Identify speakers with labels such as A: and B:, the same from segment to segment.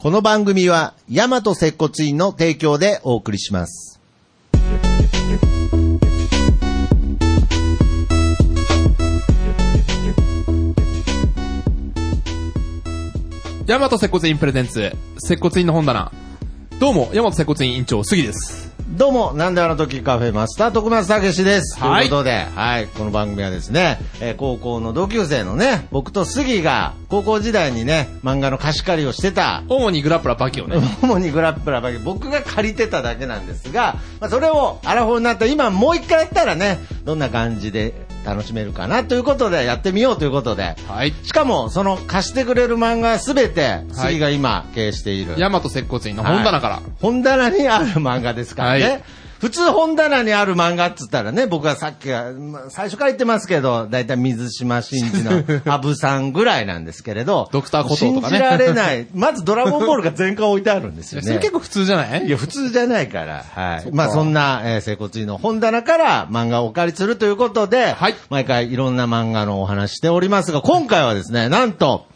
A: この番組は、ヤマト接骨院の提供でお送りします。
B: ヤマト接骨院プレゼンツ、接骨院の本棚。どうも、ヤマト接骨院院長、杉です。
A: どうも、なんであの時カフェマスター徳松武史です。
B: はい
A: ということで、はい、この番組はですね、えー高校の同級生のね、僕と杉が、高校時代にね、漫画の貸し借りをしてた、
B: 主にグラップラーバキをね。
A: 主にグラップラーばけ僕が借りてただけなんですが、まあ、それをアラフォーになった今もう一回やったらねどんな感じで楽しめるかなということでやってみようということで
B: はい。
A: しかもその貸してくれる漫画は全て杉が今経営している、
B: ヤマト接骨院の本棚から。
A: 本棚にある漫画ですからね。
B: はい
A: 普通本棚にある漫画っつったらね、僕はさっきは、まあ最初から言ってますけど、だいたい水島真 司のアブさんぐらいなんですけれど、
B: ドクターコトーとか
A: 信じ
B: ね
A: られない。まずドラゴンボールが全巻置いてあるんですよ
B: それ
A: ね。
B: 結構普通じゃない
A: いや、普通じゃないから。はい
B: そ。っか
A: まあ、そんな、えー、整骨院の本棚から漫画をお借りするということで、
B: はい
A: 毎回いろんな漫画のお話しておりますが、今回はですね、なんと、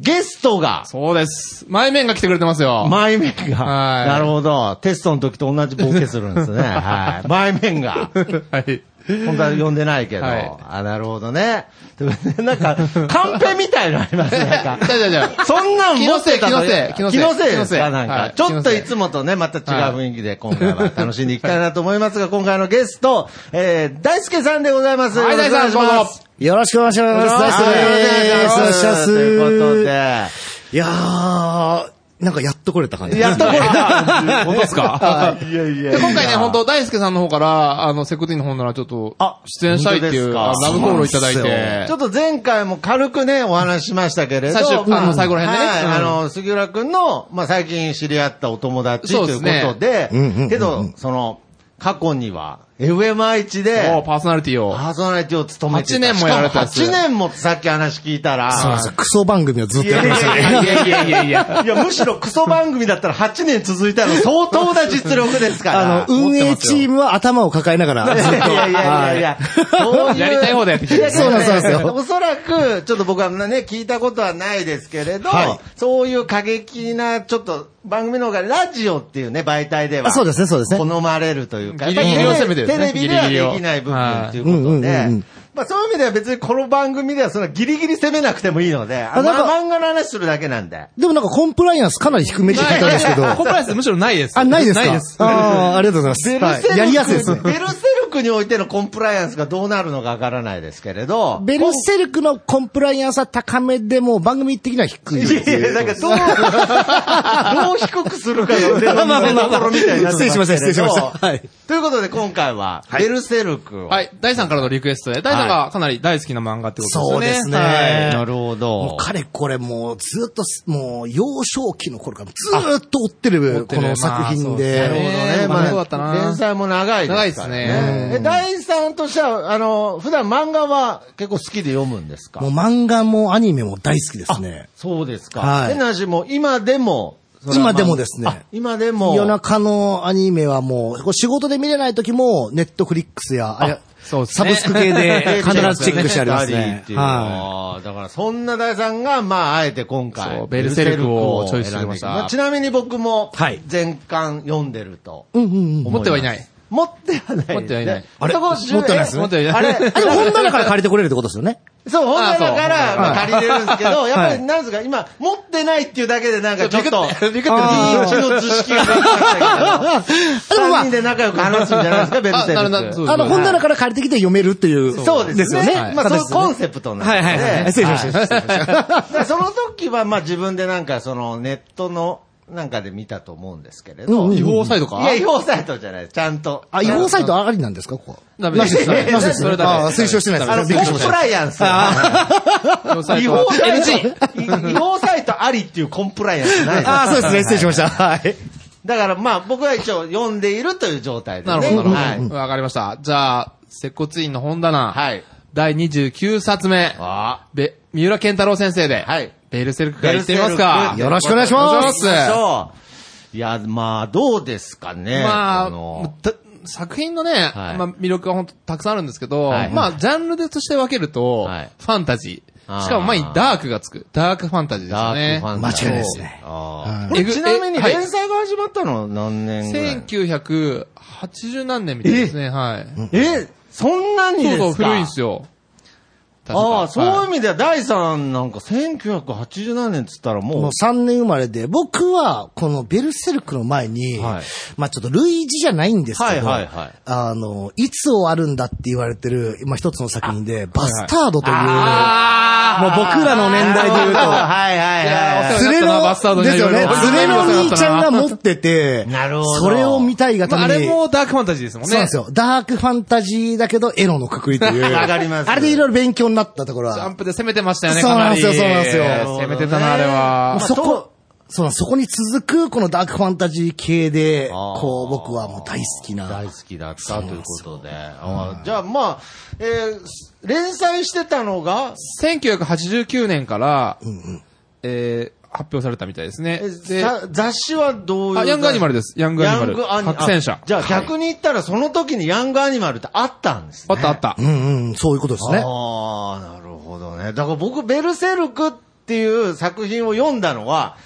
A: ゲストが、
B: そうです。前面が来てくれてますよ。
A: 前面が。
B: はい
A: なるほど。テストの時と同じボケするんですね。はい。前面が。
B: はい。
A: 本当は呼んでないけど。
B: はい
A: あ、なるほどね。 ということでなんか、カンペみたいのありますね。 なんか
B: じゃあじゃあじゃあ
A: そんなん持ってたの
B: 気のせい気のせ
A: 気
B: い
A: のせいです
B: 気のせ
A: か
B: い
A: なんか、
B: はい
A: ちょっと
B: 気のせい
A: いつもとね、また違う雰囲気で今回は楽しんでいきたいなと思いますが、今回のゲスト、えー、大輔さんでございます。
B: は
A: よ
B: い
A: ろしくお願いし
B: 大輔さんど
A: ま
B: うぞ
A: す。
C: よろしくお願いします。
B: よろしくお
A: はい
B: 願いし
C: よ
B: ま
C: ろ
B: す
C: しくお願いします。
A: ということで、
C: いやー、なんかやっと来れた感じ。
A: やっとこれ た。
B: 本当ですか
A: いやいやいや
B: で、今回ね、本当大輔さんの方から、あの、接骨院の本棚ちょっと
A: あ、
B: 出演したいっていう、
A: 本
B: あ
A: 当ですか
B: ラブコールをいただい
C: そうなん
B: て
A: ちょ。っと前回も軽くね、お話ししましたけれど。
B: 最初
A: ま
B: あの最後ら辺でね
A: はい
B: うん
A: あの、杉浦くんの、まあ、最近知り合ったお友達
B: そ
A: と
B: う
A: い
B: で
A: う
B: す
A: こ
B: ね
A: とで
C: うんうんうんう、ん
A: けど、その、過去には、FMI1
B: お
A: で、
B: パーソナリティを。
A: パーソナリティを務めてた。
B: 8年もやられたやつ
A: 8年もさっき話聞いたら、
C: そうなんですよ。クソ番組をずっと
A: い
C: や
A: や
C: って
A: い
C: ましたね。
A: やいやいやいや
B: い
A: いや。いや、むしろクソ番組だったら8年続いたの相当な実力ですから。
C: あの、運営チームは頭を抱えながらずっと。
A: いやいやいやい
C: は
A: や、そういう
B: やりたい放題やってきてる
A: や
C: そうなんですそうなんですよ
A: おそらく、ちょっと僕はね、聞いたことはないですけれど、
C: はい
A: そういう過激な、ちょっと番組の方がラジオっていうね、媒体では。
C: あそうですねそうですね
A: 好まれるというか、
B: ギリギリを攻めてるんで
A: テ
B: すね
A: レビでは
B: ギリギリを
A: できない部分ということで、
C: はいうんうんうんうん
A: まあそういう意味では別にこの番組ではそのギリギリ攻めなくてもいいので、あ
C: あなんか
A: まあ漫画の話するだけなんで。
C: い。でもなんかコンプライアンスかなり低めって聞いたんですけ ど。
B: コンプライアンスむしろないです。
C: あ、ないです
B: な
C: か
B: いです。
C: あーありがとうござ
A: ベ
C: い
A: ル
C: ます。
A: セルク、
C: はい。やりやすいですね。
A: ベルセルクにおいてのコンプライアンスがどうなるのかわからないですけれど。
C: ベルセルクのコンプライアンスは高めでもう番組的には低い。
A: いやいや、なんかどう、どう低くするかの 腕の見せ所みたいになってすけれど
C: 失礼しました失礼しましたはい
A: ということで今回は、ベルセルクを。
B: はい。大さんからのリクエストで、大さんがかなり大好きな漫画ってことですよね。
C: そうですね
B: はい
A: なるほ
C: もう
A: ど。
C: かれこれもうずっとす、もう幼少期の頃からずーっと追ってる、
B: って
C: こ
B: る
C: の作品
B: まあそうです
C: で。
B: ねえまあそうだったな
A: 連載も長いですからね。
B: 長い
A: え、大さんとしては、あの、普段漫画は結構好きで読むんですか
C: もう漫画もアニメも大好きですね。
A: そうですか。
C: はい
A: 変な話も今でも、それは
C: 今でもですね
A: あ今でも。。
C: 夜中のアニメはもう、こう仕事で見れない時も、ネットフリックスや、あや
B: そうです
C: サ
B: ね
C: ブスク系で 必ず チェックしてありますねは
A: はい。だから、そんな大さんが、まあ、あえて今
B: そ
A: 回、
B: うベルセルクをチョイスしてくれました
A: ベルセルクを選んであちなみに僕も
C: はい、
A: 全巻読んでると。
C: い。うんうんうん。
B: 持ってはいない。
A: 持ってはない。
B: 持ってはいない
C: あれ
A: そこ
C: 持ってないですね
B: 持ってはい
A: あ
B: ない
A: れ
C: あ、でも本棚から借りてこれるってことですよね。
A: そう、 本棚から、まあ、
B: は
A: 借りれるんですけど、やっぱり、なんですか、今、持ってないっていうだけで、なんか、ちょっと、
B: ビクってビクって
A: いいの知識が出てきましたけど、
C: でもまあ
A: 3人で仲良く話すんじゃないですか、ベルセ
B: あなる
A: ル
B: ほ
A: ク
B: ど。
C: あの、本棚から借りてきて読めるっていう。
A: そうですよね。
C: よね
A: まあ、そういう
C: 形ですね
A: コンセプトなんで。
C: はいはいはい。失礼しました。失礼しました
A: だからその時は、まあ自分でなんか、そのネットの、なんかで見たと思うんですけれど。
C: うんうん
B: 違法サイトか
A: いや、違法サイトじゃないです。ちゃんと。
C: あ、違法サイトありなんですかここ。
B: ダメです
C: なしですね。なしです
B: それ
C: ね。
B: ダメ
C: あー、推奨してないです
A: あの、コ
C: ね。びっくりし
A: ン
C: ま
A: プ
C: した。
A: ライアンス。違
B: 違法サイトは
A: 法サイ
B: NG。
A: ト。違法サイトありっていうコンプライアンスないです。
C: あー、そうですね。失礼しました。はい。
A: だからまあ僕は一応読んでいるという状態で
B: な
A: ね。
B: るほど、
A: は
B: ないるほど。わかりました。じゃあ、接骨院の本棚。
A: はい。
B: 第29冊目。
A: あ
B: べ、三浦健太郎先生で。
A: はい
B: ベルセルクから行ってみますか。
C: よろしくお願いしま
A: よ
C: す
A: ろくお願いしますいや、まあどうですかね。
B: ま
A: あ
B: あ
A: の、
B: た作品のね、
A: はい
B: まあ魅力は本当たくさんあるんですけど、
A: はい
B: まあジャンルでとして分けると、
A: はい
B: ファンタジー、
A: あー
B: しかも前にダークがつく。ダークファンタジーですよ
A: ダー
B: ね
A: クフ。ァン
C: 間違
A: タジ
C: い
A: ー
C: ないですね。
A: あ
C: はい
A: ーこれちなみに
B: えはい
A: 連載が始まったの何年ぐらい
B: 1980何年みたいですね、はい。
A: え、そんなにで
B: そう
A: すか
B: そう、古いんですよ。
A: ああ、そういう意
B: 味
A: 味では、第3なんか1987年っつったら
C: も
A: も
C: う3年生まれで、僕は、このベルセルクの前に、
A: はい
C: まあちょっと類似じゃないんですけど、
A: はいはいはい
C: あの、いつ終わるんだって言われてる、今一つの作品で、バスタードという、
B: あ
C: もう僕らの年代で 言うと、
A: はいはいはいい。
B: や
C: 連れ
B: バスタード
C: の、
B: にな
C: で
B: り
C: す
B: ま
C: よ
B: した
C: ね。連れの兄ちゃんが持ってて、
A: なるほど
C: それを見たいがた
B: まあ、
C: め
B: あ
C: に、
B: れもダークファンタジーですもんね。
C: そうなんですよ。ダークファンタジーだけど、エロのくくりという。
A: わかります
C: あれでいろいろ勉強になったところ
B: ジャ
C: は
B: ン、プで攻めてましたよね、
C: そうなんですよ
B: かり
C: そうなんです
A: よ
B: 攻めてたな、あれ
C: もう
B: は。
C: そこ、そうなんそこに続く、このダークファンタジー系で、
A: あー
C: こう、僕はもう大好きな
A: 大。好きだったということで。ああじゃあまあ、えー連載してたのが、
B: 1989年から、えー発表されたみたいですね
A: え。
B: で、
A: ざ雑誌はどういう
B: あヤングアニマルですヤングアニマル
A: ヤングアニ
B: 白戦車
A: あじゃあ逆に言ったら、その時にヤングアニマルってあったんです
B: あ
A: ね。
B: ったあった
C: う。んうん、そういうことですね。
A: ああ、なるほどね。だから僕、ベルセルクっていう作品を読んだのは、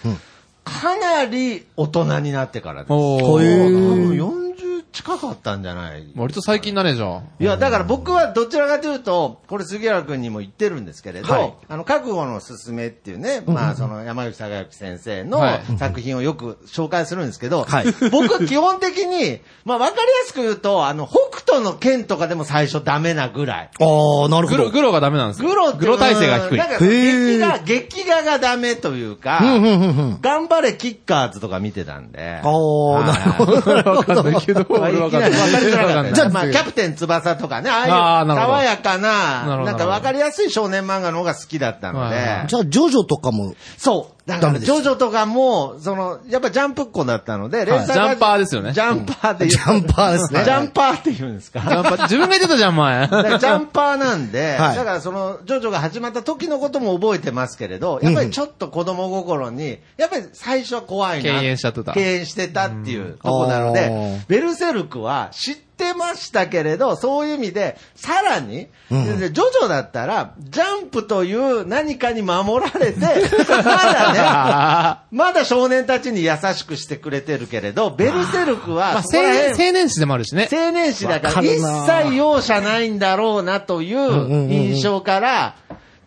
A: かなり大人になってからです。
B: おー
C: こう
A: 多
C: いう
A: 分40近かったんじゃない
B: 割と最近だね、じゃあ。
A: いや、だから僕はどちらかというと、これ杉原くんにも言ってるんですけれど、
C: はい
A: あの、覚悟のすすめっていうね、まあ、その山口孝之先生の
B: はい
A: 作品をよく紹介するんですけど、
C: はい
A: 僕基本的に、まあ、わかりやすく言うと、あの、北斗の剣とかでも最初ダメなぐらい。
C: ああ、なるほ
B: グロ、
C: ど。
B: グロがダメなんですよ
A: グロって
B: グロ体勢が低い
A: な。んか
C: へ
A: 劇
C: ー
A: 画、劇画がダメというか、
C: うんうんうんうん。
A: 頑張れキッカーズとか見てたんで。
C: おー
A: はい
C: なるほど
B: わかんないけど、
A: まあいき
B: 俺わかん
A: な
B: ない
A: りわかりづらかったです
B: じゃあ、
A: まあ、キャプテン翼とかね、ああ
B: あ
A: い
B: ー
A: う
B: なるほど
A: 爽やか
B: なるほ
A: な、
B: ど
A: なんかわかりやすい少年漫画の方が好きだったの
B: はいは
A: で
B: い、
C: じゃあ、ジョジョとかも、
A: そう。だか
C: ダ
A: ら、
C: メでし
A: ジ
C: た
A: ョジョとかも、その、やっぱジャンプっ子だったので、連載が
B: ジャンパーですよね
A: ジャンパーって
C: ジ
A: 言
C: ャンパーですね。
A: う。ジャンパーって言うんですか
B: やっぱ自分が言ってたじゃん、前。
A: だからジャンパーなん で、
C: はい
A: だからその、ジョジョが始まった時のことも覚えてますけれど、やっぱりちょっと子供心に、やっぱり最初は怖いな。
B: 敬遠しちゃってた
A: 敬遠してたっていうとこなの
C: あ
A: で
C: ー、
A: ベルセルクは知ってましたけれど、そういう意味で、さらに、でジョジョだったら、ジャンプという何かに守られ て、まだね、まだ少年たちに優しくしてくれてるけれど、ベルセルクは、
B: まあ、青
A: そこら辺
B: 年、青年誌でもあるしね。
A: 青年誌だか
C: わからる
A: 一
C: な
A: 切容赦ないんだろうなとい
C: んうんうん
A: う印象から、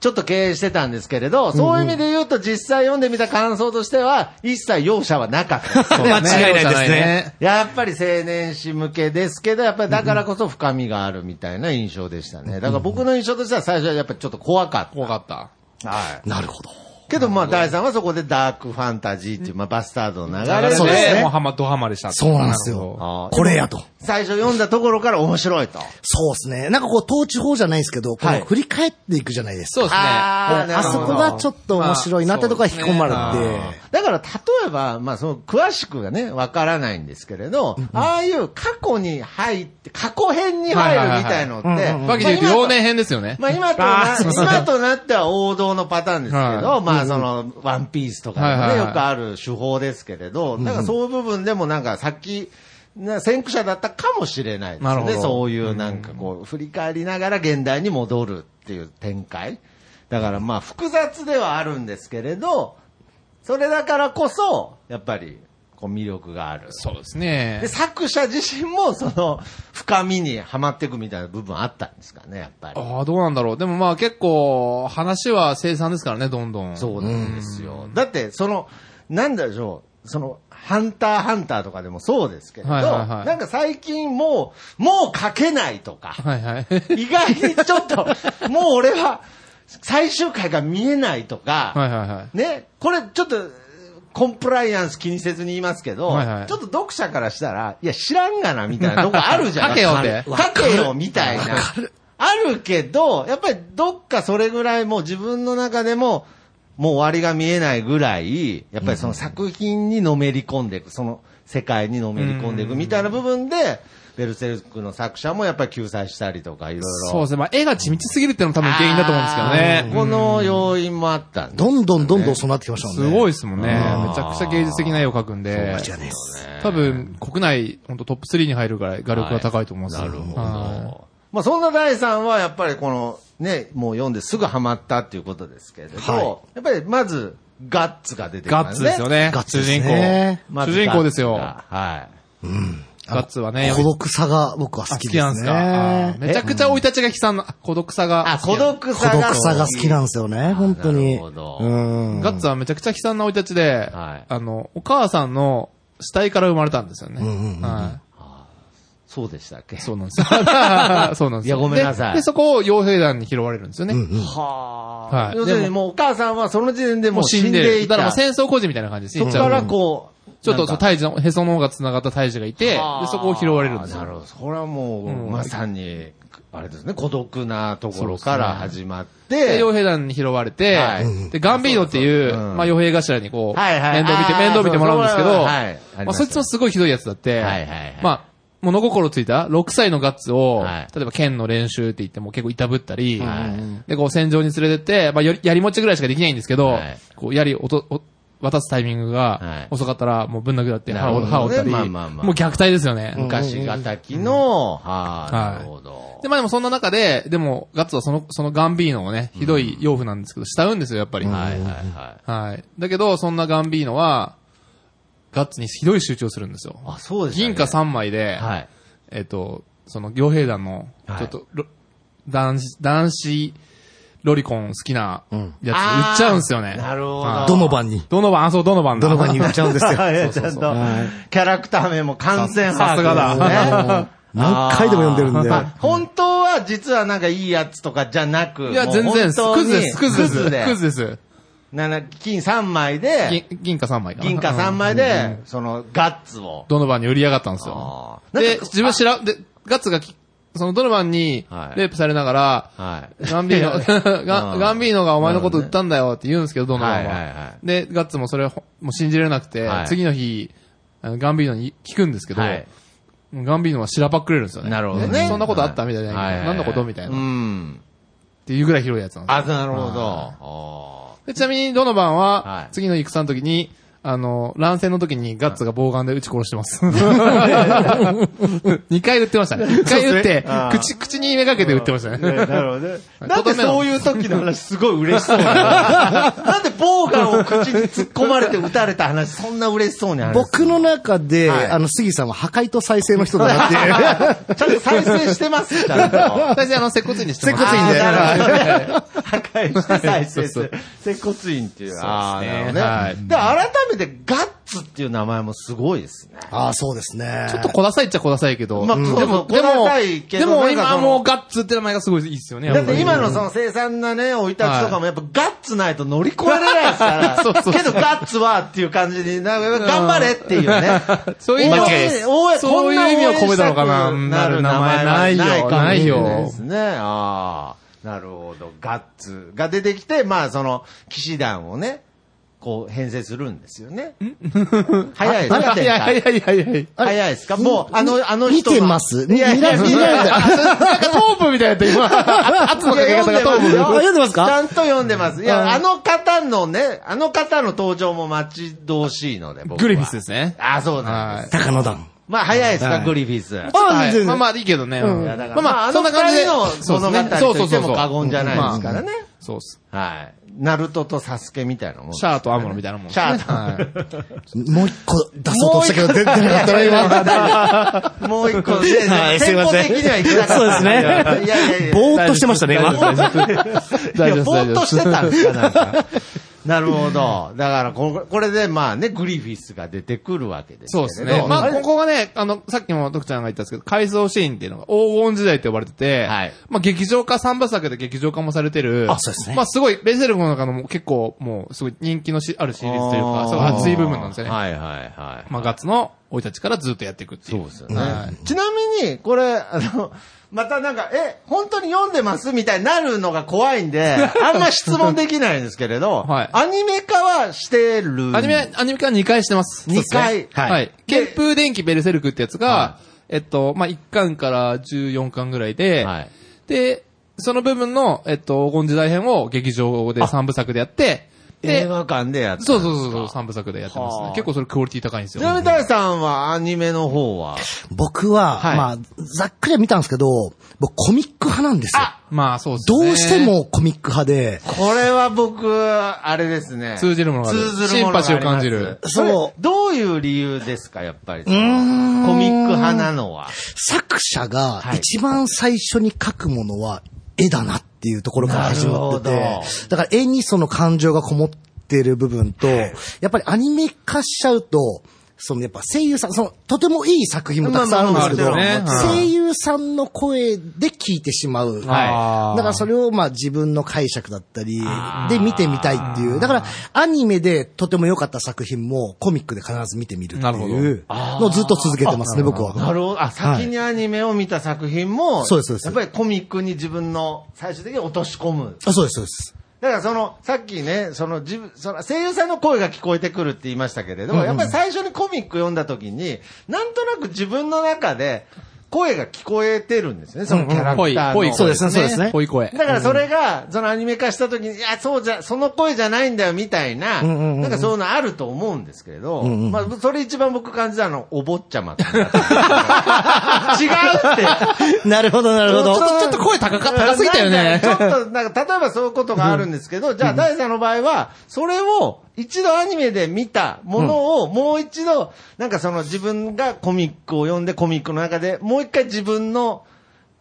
A: ちょっと敬遠してたんですけれど、そういう意味で言うと実際読んでみた感想としては、一切容赦はなかった です。
B: そうね
C: 間違いないですね。
A: やっぱり青年誌向けですけど、やっぱりだからこそ深みがあるみたいな印象でしたね。だから僕の印象としては最初はやっぱりちょっと怖かっ
B: 怖かった。
A: た。はい。
C: なるほど。
A: けどまあ、第3はそこでダークファンタジーっていう、まあ、バスタードの流
B: あ
A: れ
B: れ
A: で、
C: そうですね
B: で、もうハマ、ドハマりしたって
C: そうなんです
B: なるほど
A: あ
C: よ。
A: ー
C: これやと。
A: 最初読んだところから面白いと。
C: そうですね。なんかこう、統治法じゃないですけど、こ
A: はい
C: の振り返っていくじゃないです
B: そ
C: か。
B: うですね。
A: あー
C: あそこがちょっと面白いなってとこが引き込まれて。
A: だから、例えば、まあ、その、詳しくがね、わからないんですけれど、ああいう過去に入って、過去編に入るみたいのって、
C: はいはいはいうんうん
B: わけで言うと、
A: まあ
B: 幼年編ですよね。
A: まあ今と
B: あーそう
A: な、
B: そう
A: 今となっては王道のパターンですけど、
B: は
A: まあその、ワンピースとかでも
B: はいはい
A: ね、
B: はい
A: よくある手法ですけれど、なんかそういう部分でもなんかさっき、な先駆者だったかもしれないで
B: な
A: す
B: るほ
A: ね。
B: ど
A: そういうなんかこう、振り返りながら現代に戻るっていう展開。だからまあ複雑ではあるんですけれど、それだからこそ、やっぱり、こう魅力がある。
B: そうですね
A: で、。作者自身もその、深みにはまっていくみたいな部分あったんですかね、やっぱり。
B: ああ、どうなんだろう。でもまあ結構、話は生産ですからね、どんどん。
A: そうなんですよ。だって、その、なんだでしょう、その、ハンターハンターとかでもそうですけれど、
B: はいはいはい
A: なんか最近もう、もう書けないとか、
B: はいはい。
A: 意外にちょっと、もう俺は、最終回が見えないとか、
B: はいは いはい。
A: ね、これちょっと、コンプライアンス気にせずに言いますけど、
B: はいはい
A: ちょっと読者からしたら、いや、知らんがな、みたいな とこあるじゃん。
B: 書けよって
A: 書けよ、みたいな。あるけど、やっぱりどっかそれぐらいもう自分の中でも、もう終わりが見えないぐらい、やっぱりその作品にのめり込んでいく、その世界にのめり込んでいくみたいな部分で、ベルセルクの作者もやっぱり救済したりとか、いろいろ。
B: そうですね。まあ、絵が緻密すぎるっていうのも多分原因だと思うんですけど
A: あ
B: ね
A: ー。この要因もあったんで
C: どんどんどんどんそうなってきましたもんね。
B: すご
C: い。
B: いですもんね。めちゃくちゃ芸術的な絵を描くんで。
C: 間違いないです。
B: 多分、国内、本当トップ3に入るぐらい画力が高いと思うんですよ。
A: なるほど。
B: は
A: まあそんな第3はやっぱりこのね、もう読んですぐハマったっていうことですけれど、
C: はい
A: やっぱりまず、ガッツが出てきま
B: ガッ
A: す
B: ツ
A: ね。
B: ですよね。
C: ガッツ
B: 主人
C: です
B: 公。
C: ね
A: ま
B: 主
A: ず
B: 人公ですよ。
A: ガッツがはい。
B: ガッツはね、
C: 孤独さが僕は好
B: 好
C: き
B: き
C: で
B: なん
C: す
B: す
C: ね。
B: か。あーめちゃくちゃ生い立ちが悲惨な、孤独さが。
A: あ、孤。独
C: 孤
A: さが。
C: 独さが好きなんですよね、本当
A: なる
C: に。
A: ほど
C: うん。
B: ガッツはめちゃくちゃ悲惨な生い立ちで、
A: はい
B: あの、お母さんの死体から生まれたんですよね。
C: んうんうん
B: は
A: そうでしたっけ
B: い。そうなんですよ。 そうなんです
A: いや
B: よ。
A: ごめんなさい
B: で、でそこを傭兵団に拾われるんですよね。
A: はあ、
B: はい
A: 要するにもうお母さんはその時点でもう死んでい
B: だから
A: た。
B: もう戦争孤児みたいな感じです。
A: そこからこう、
B: ちょっ
A: なん
B: と、そう
A: か
B: 胎児の、へその方が繋がった胎児がいて、で
A: はあ、
B: そこを拾われるんです
A: なる
B: よ。
A: ほど。それはもう、
B: うん
A: まさに、あれですね、孤独なところから始まって、
B: で、傭兵団に拾われて、
A: はい
B: で、ガンビーノっていう、
A: そうそううん
B: まあ、傭兵頭にこう、
A: はいはい
B: 面倒見て、
A: あー
B: 面倒見てもらうんですけど、
A: そうそうはい
B: まあ、そいつもすごいひどいやつだって、
A: はいはいはい
B: まあ、物心ついた6歳のガッツを、
A: はい
B: 例えば剣の練習って言っても結構いたぶったり、
A: は
B: で、こう戦場に連れてって、まあ、より槍持ちぐらいしかできないんですけど、
A: はい
B: こう槍をと、お渡すタイミング
A: はい
B: が遅かったら、もうぶん殴らって
A: なる
B: 歯
A: ほ
B: を
A: どね
B: 歯を折ったり、
A: まあまあまあ
B: もう虐待ですよね。
A: 昔がたきの、はあ、
B: はい
A: なるほど。
B: で、まあでもそんな中で、でも、ガッツはその、そのガンビーノをね、ひどい養父なんですけど、慕うんですよ、やっぱり。
A: はいはいはい。
B: はい。だけど、そんなガンビーノは、ガッツにひどい集中をするんですよ。
A: あ、そうですね。
B: 銀貨3枚で、
A: はい。
B: えっ、と、その、傭兵団の
A: は、い
B: ちょっと、ろ男子、男子、ロリコン好きなやつ、売っちゃうんですよね。
A: なるほど
B: はい
C: どの番に。
B: どの番、あ、そう、どの番だ
C: どの番に売っちゃうんです よ。
A: はい、ち
B: そう
A: ゃ
B: そうんそ
A: と
B: う、
A: キャラクター名も完全把
B: さすが
A: 握ですね。
C: だ。何回でも読んでるんで。
A: まあ、 本当は実はなんかいいやつとかじゃなく、
B: いや、
A: もう
B: 全然です。
A: 本当
B: ク
A: に
B: ズです、クズです。
A: クズで
B: クズです。
A: な金3枚で、
B: 銀銀貨3枚かな。
A: 銀貨3枚で、そのガッツを。
B: ドノバンに売りやがったんです
A: あ
B: よ。
A: ーなん
B: で、
A: か
B: 自分知ら、で、ガッツがき、そのドノバンに
A: はい、
B: レイプされながら、
A: はい。
B: ガンビーノ、
A: う
B: ガ
A: ん
B: ガンビーノがお前のこと売ったんだよって言うんですけど、ドノバン
A: はいはいは
B: は。で、ガッツもそれほ、もう信じられなくて
A: は、い
B: 次の日、あのガンビーノに聞くんですけど、
A: はい
B: ガンビーノはしらばっくれるんですよね。
A: なるほどね。
B: そんなことあったみたいな。
A: は
B: 何のことみたいうな。っ
A: ん。
B: ていうぐらい広いやつなんですよ
A: あ、なるほど。
B: は
A: あ
B: でちなみに、ドノバン
A: は、
B: はい次の戦の時に、あの、乱戦の時にガッツが棒眼で撃ち殺してます。二回撃ってましたね。一回撃って
A: あ、ー
B: 口、口に目がけて撃ってました
A: ーね
B: ね。
A: なるほど ね。
B: い
A: なんでそういう時の話すごい嬉しそうなの なんでボーガンを口に突っ込まれて撃たれた話、そんな嬉しそうに話す
C: 僕の中で、
A: はい
C: あの、杉さんは破壊と再生の人だなっていう。
A: ちゃんと再生して ますちゃんと。
B: 私、あの、接骨院にしてます。
C: 接骨院で
A: あーなるほどね破壊して再生す
B: そう
A: る。接骨院っていう。ああ、なるほど
B: は
A: ね
B: い。
A: で、改めてガッツっていう名前もすごいですね。
C: ああ、そうですね。
B: ちょっと小ださいっちゃ小ださいけど。
A: まあ
B: うん
A: そう
B: でも、
A: 小
B: で
A: だ
B: も
A: さい、けど
B: でも
A: なんかそ
B: 今
A: の
B: もうガッツって名前がすごいいいですよね。
A: だって今
B: や
A: の
B: ぱ
A: その生産なね、生い立ちとかもやっぱガッツないと乗り越えれないですから。
B: そうそう
A: けどガッツはっていう感じに、なん か頑張れっていうね。
B: りそういう意味
A: 応
B: は
A: 援応援
B: そういう意味を込めたのかな。なる名前ないよ。ないよ
A: で。すね。ああ。なるほど。ガッツが出てきて、まあその、騎士団をね、こう編成するんですよね。早いです
B: い
A: か
B: やいやいや いやいや。
A: 早いですかもう、あの、あの
C: 見
A: 人は。
C: てます
A: いやいや、
C: 見られ見られて
A: い
B: なんかトープみたいなやつ今。圧のか
A: やい
B: け
A: や
B: 方
A: 読
B: が
A: んで
B: ト
A: ま
B: ー
A: す
B: プ
A: よ。。
C: 読んでますか
A: ちゃんと読んでます。い
C: うん
A: や、あの方のね、あの方の登場も待ち遠しいので、僕は。
B: グリフィスですね。
A: あ、そうなん
B: は
A: です。
C: 高野団。
A: まあ、早いです
C: は
A: か、
C: い
A: グリフィス。
B: い。は
C: 全然
B: いまあまあいいけどね。
A: いや
B: ま
A: だから
B: あ
A: ま
B: ま
A: あ
B: あ、そんな感じで。
A: あの二人の
B: そうですね
A: 物語と言っても
B: そうそうそう
A: 過言じゃないですからね
B: まあそうっす。
A: はい。ナルトとサスケみたいなもん。
B: シャアとアムロみたいなもん。
A: シャアと
B: アと。
C: もう一個出そうとしたけど、出てなかったな、今。
A: 今。もう一個で、
C: はいすい
A: テン
C: ま
A: ポ
C: せん
A: 的にはいけなかった。
C: そうですね
A: いやいやいや。
C: ぼーっとしてましたね、今。
A: いや
B: 大丈夫です
A: ぼーっとしてたんですか、なんか。なるほど。だからこの、これでまあね、グリフィスが出てくるわけですけ
B: そう
A: れど。
B: ですね。まあ、ここがね、あの、さっきも徳ちゃんが言ったんですけど、改造シーンっていうのが黄金時代って呼ばれてて、
A: はい
B: まあ、劇場化、三部作で劇場化もされてる。
C: あそうですね
B: まあ、すごい、レセルゴの中のも結構、もう、すごい人気のしあるシリーズという
A: あ
B: か、
A: ー
B: そう熱い部分なんですよね。
A: はいはいはい。
B: まあ、ガッツの生い立ちからずっとやっていくっていう。
A: そうですよね
B: は
A: ちなみに、これ、あの、またなんか、え、本当に読んでますみたいになるのが怖いんで、 あんま質問できないんですけれど、
B: はい
A: アニメ化はしてる。
B: い。アニメ、アニメ化2回してます。
A: 二回
B: はい。
A: は
B: はいい。剣風電気ベルセルクってやつが、えっと、まあ、1巻から14巻ぐらいで、
A: はい。
B: で、その部分の、えっと、黄金時代編を劇場で3部作でやって、で
A: 映、画館でやって
B: そうそうそうそう、三部作でやってます
A: は
B: ね
A: あ。
B: 結構それクオリティ高いんです
A: ちなみ
B: よ。
A: に、大さんはアニメの方は
C: 僕は、
A: はい
C: まあ、ざっくりは見たんですけど、僕コミック派なんですよ。
A: あ
B: まあそうです
C: ど
B: ね。
C: うして。もコミック派で、
A: これは僕、あれですね。
B: 通じるものがある
A: 通ずるものがあります
B: シンパシーを感じる
A: そ。
C: そう
A: どういう理由ですか、やっぱり。コミ
C: うーん
A: ック派なのは。
C: 作者が
A: はい
C: 一番最初に書くものは絵だなっていうところから始まって
A: なる
C: て
A: ほど、
C: だから絵にその感情がこもってる部分と、やっぱりアニメ化しちゃうと、そのやっぱ声優さん、そのとてもいい作品もたくさんあるんですけ
A: まあ
C: ど、
A: ま
B: あまああるよねうん
C: 声優さんの声で聞いてしま
A: は
C: う。
A: い
B: あー
C: だからそれをまあ自分の解釈だったり、で見てみたいっていう。だからアニメでとても良かった作品もコミックで必ず見てみるって
B: なるほど
C: いうのをずっと続けてますね、僕は。
A: なるほど。あ、先にアニメを見た作品も、
C: そうですそうです
A: やっぱりコミックに自分の最終的に落とし込む。
C: あ、そうです、そうです。
A: だからその、さっきね、その自分、その声優さんの声が聞こえてくるって言いましたけれども、やっぱり最初にコミック読んだ時に、なんとなく自分の中で声が聞こえてるんですね、そのキャラクタ
B: ぽ
A: ー
B: い、
A: の。
B: ぽい声。
C: そうですねそうですね
B: ぽい声。
A: だからそれが、そのアニメ化した時に、いや、そうじゃ、その声じゃないんだよ、みたいな、
C: んうんうん
A: なんかそういうのあると思うんですけれど、まあ、それ一番僕感じたの、お坊ちゃまって なってた違うって
C: なるほど、なるほど。
B: ちょっとちょっと声高かった高すぎたよね
A: なんかちょっと、なんか、例えばそういうことがあるんですけど、じゃあ、第三の場合は、それを、一度アニメで見たものを、もう一度、なんかその自分がコミックを読んで、コミックの中で、もう一回自分の、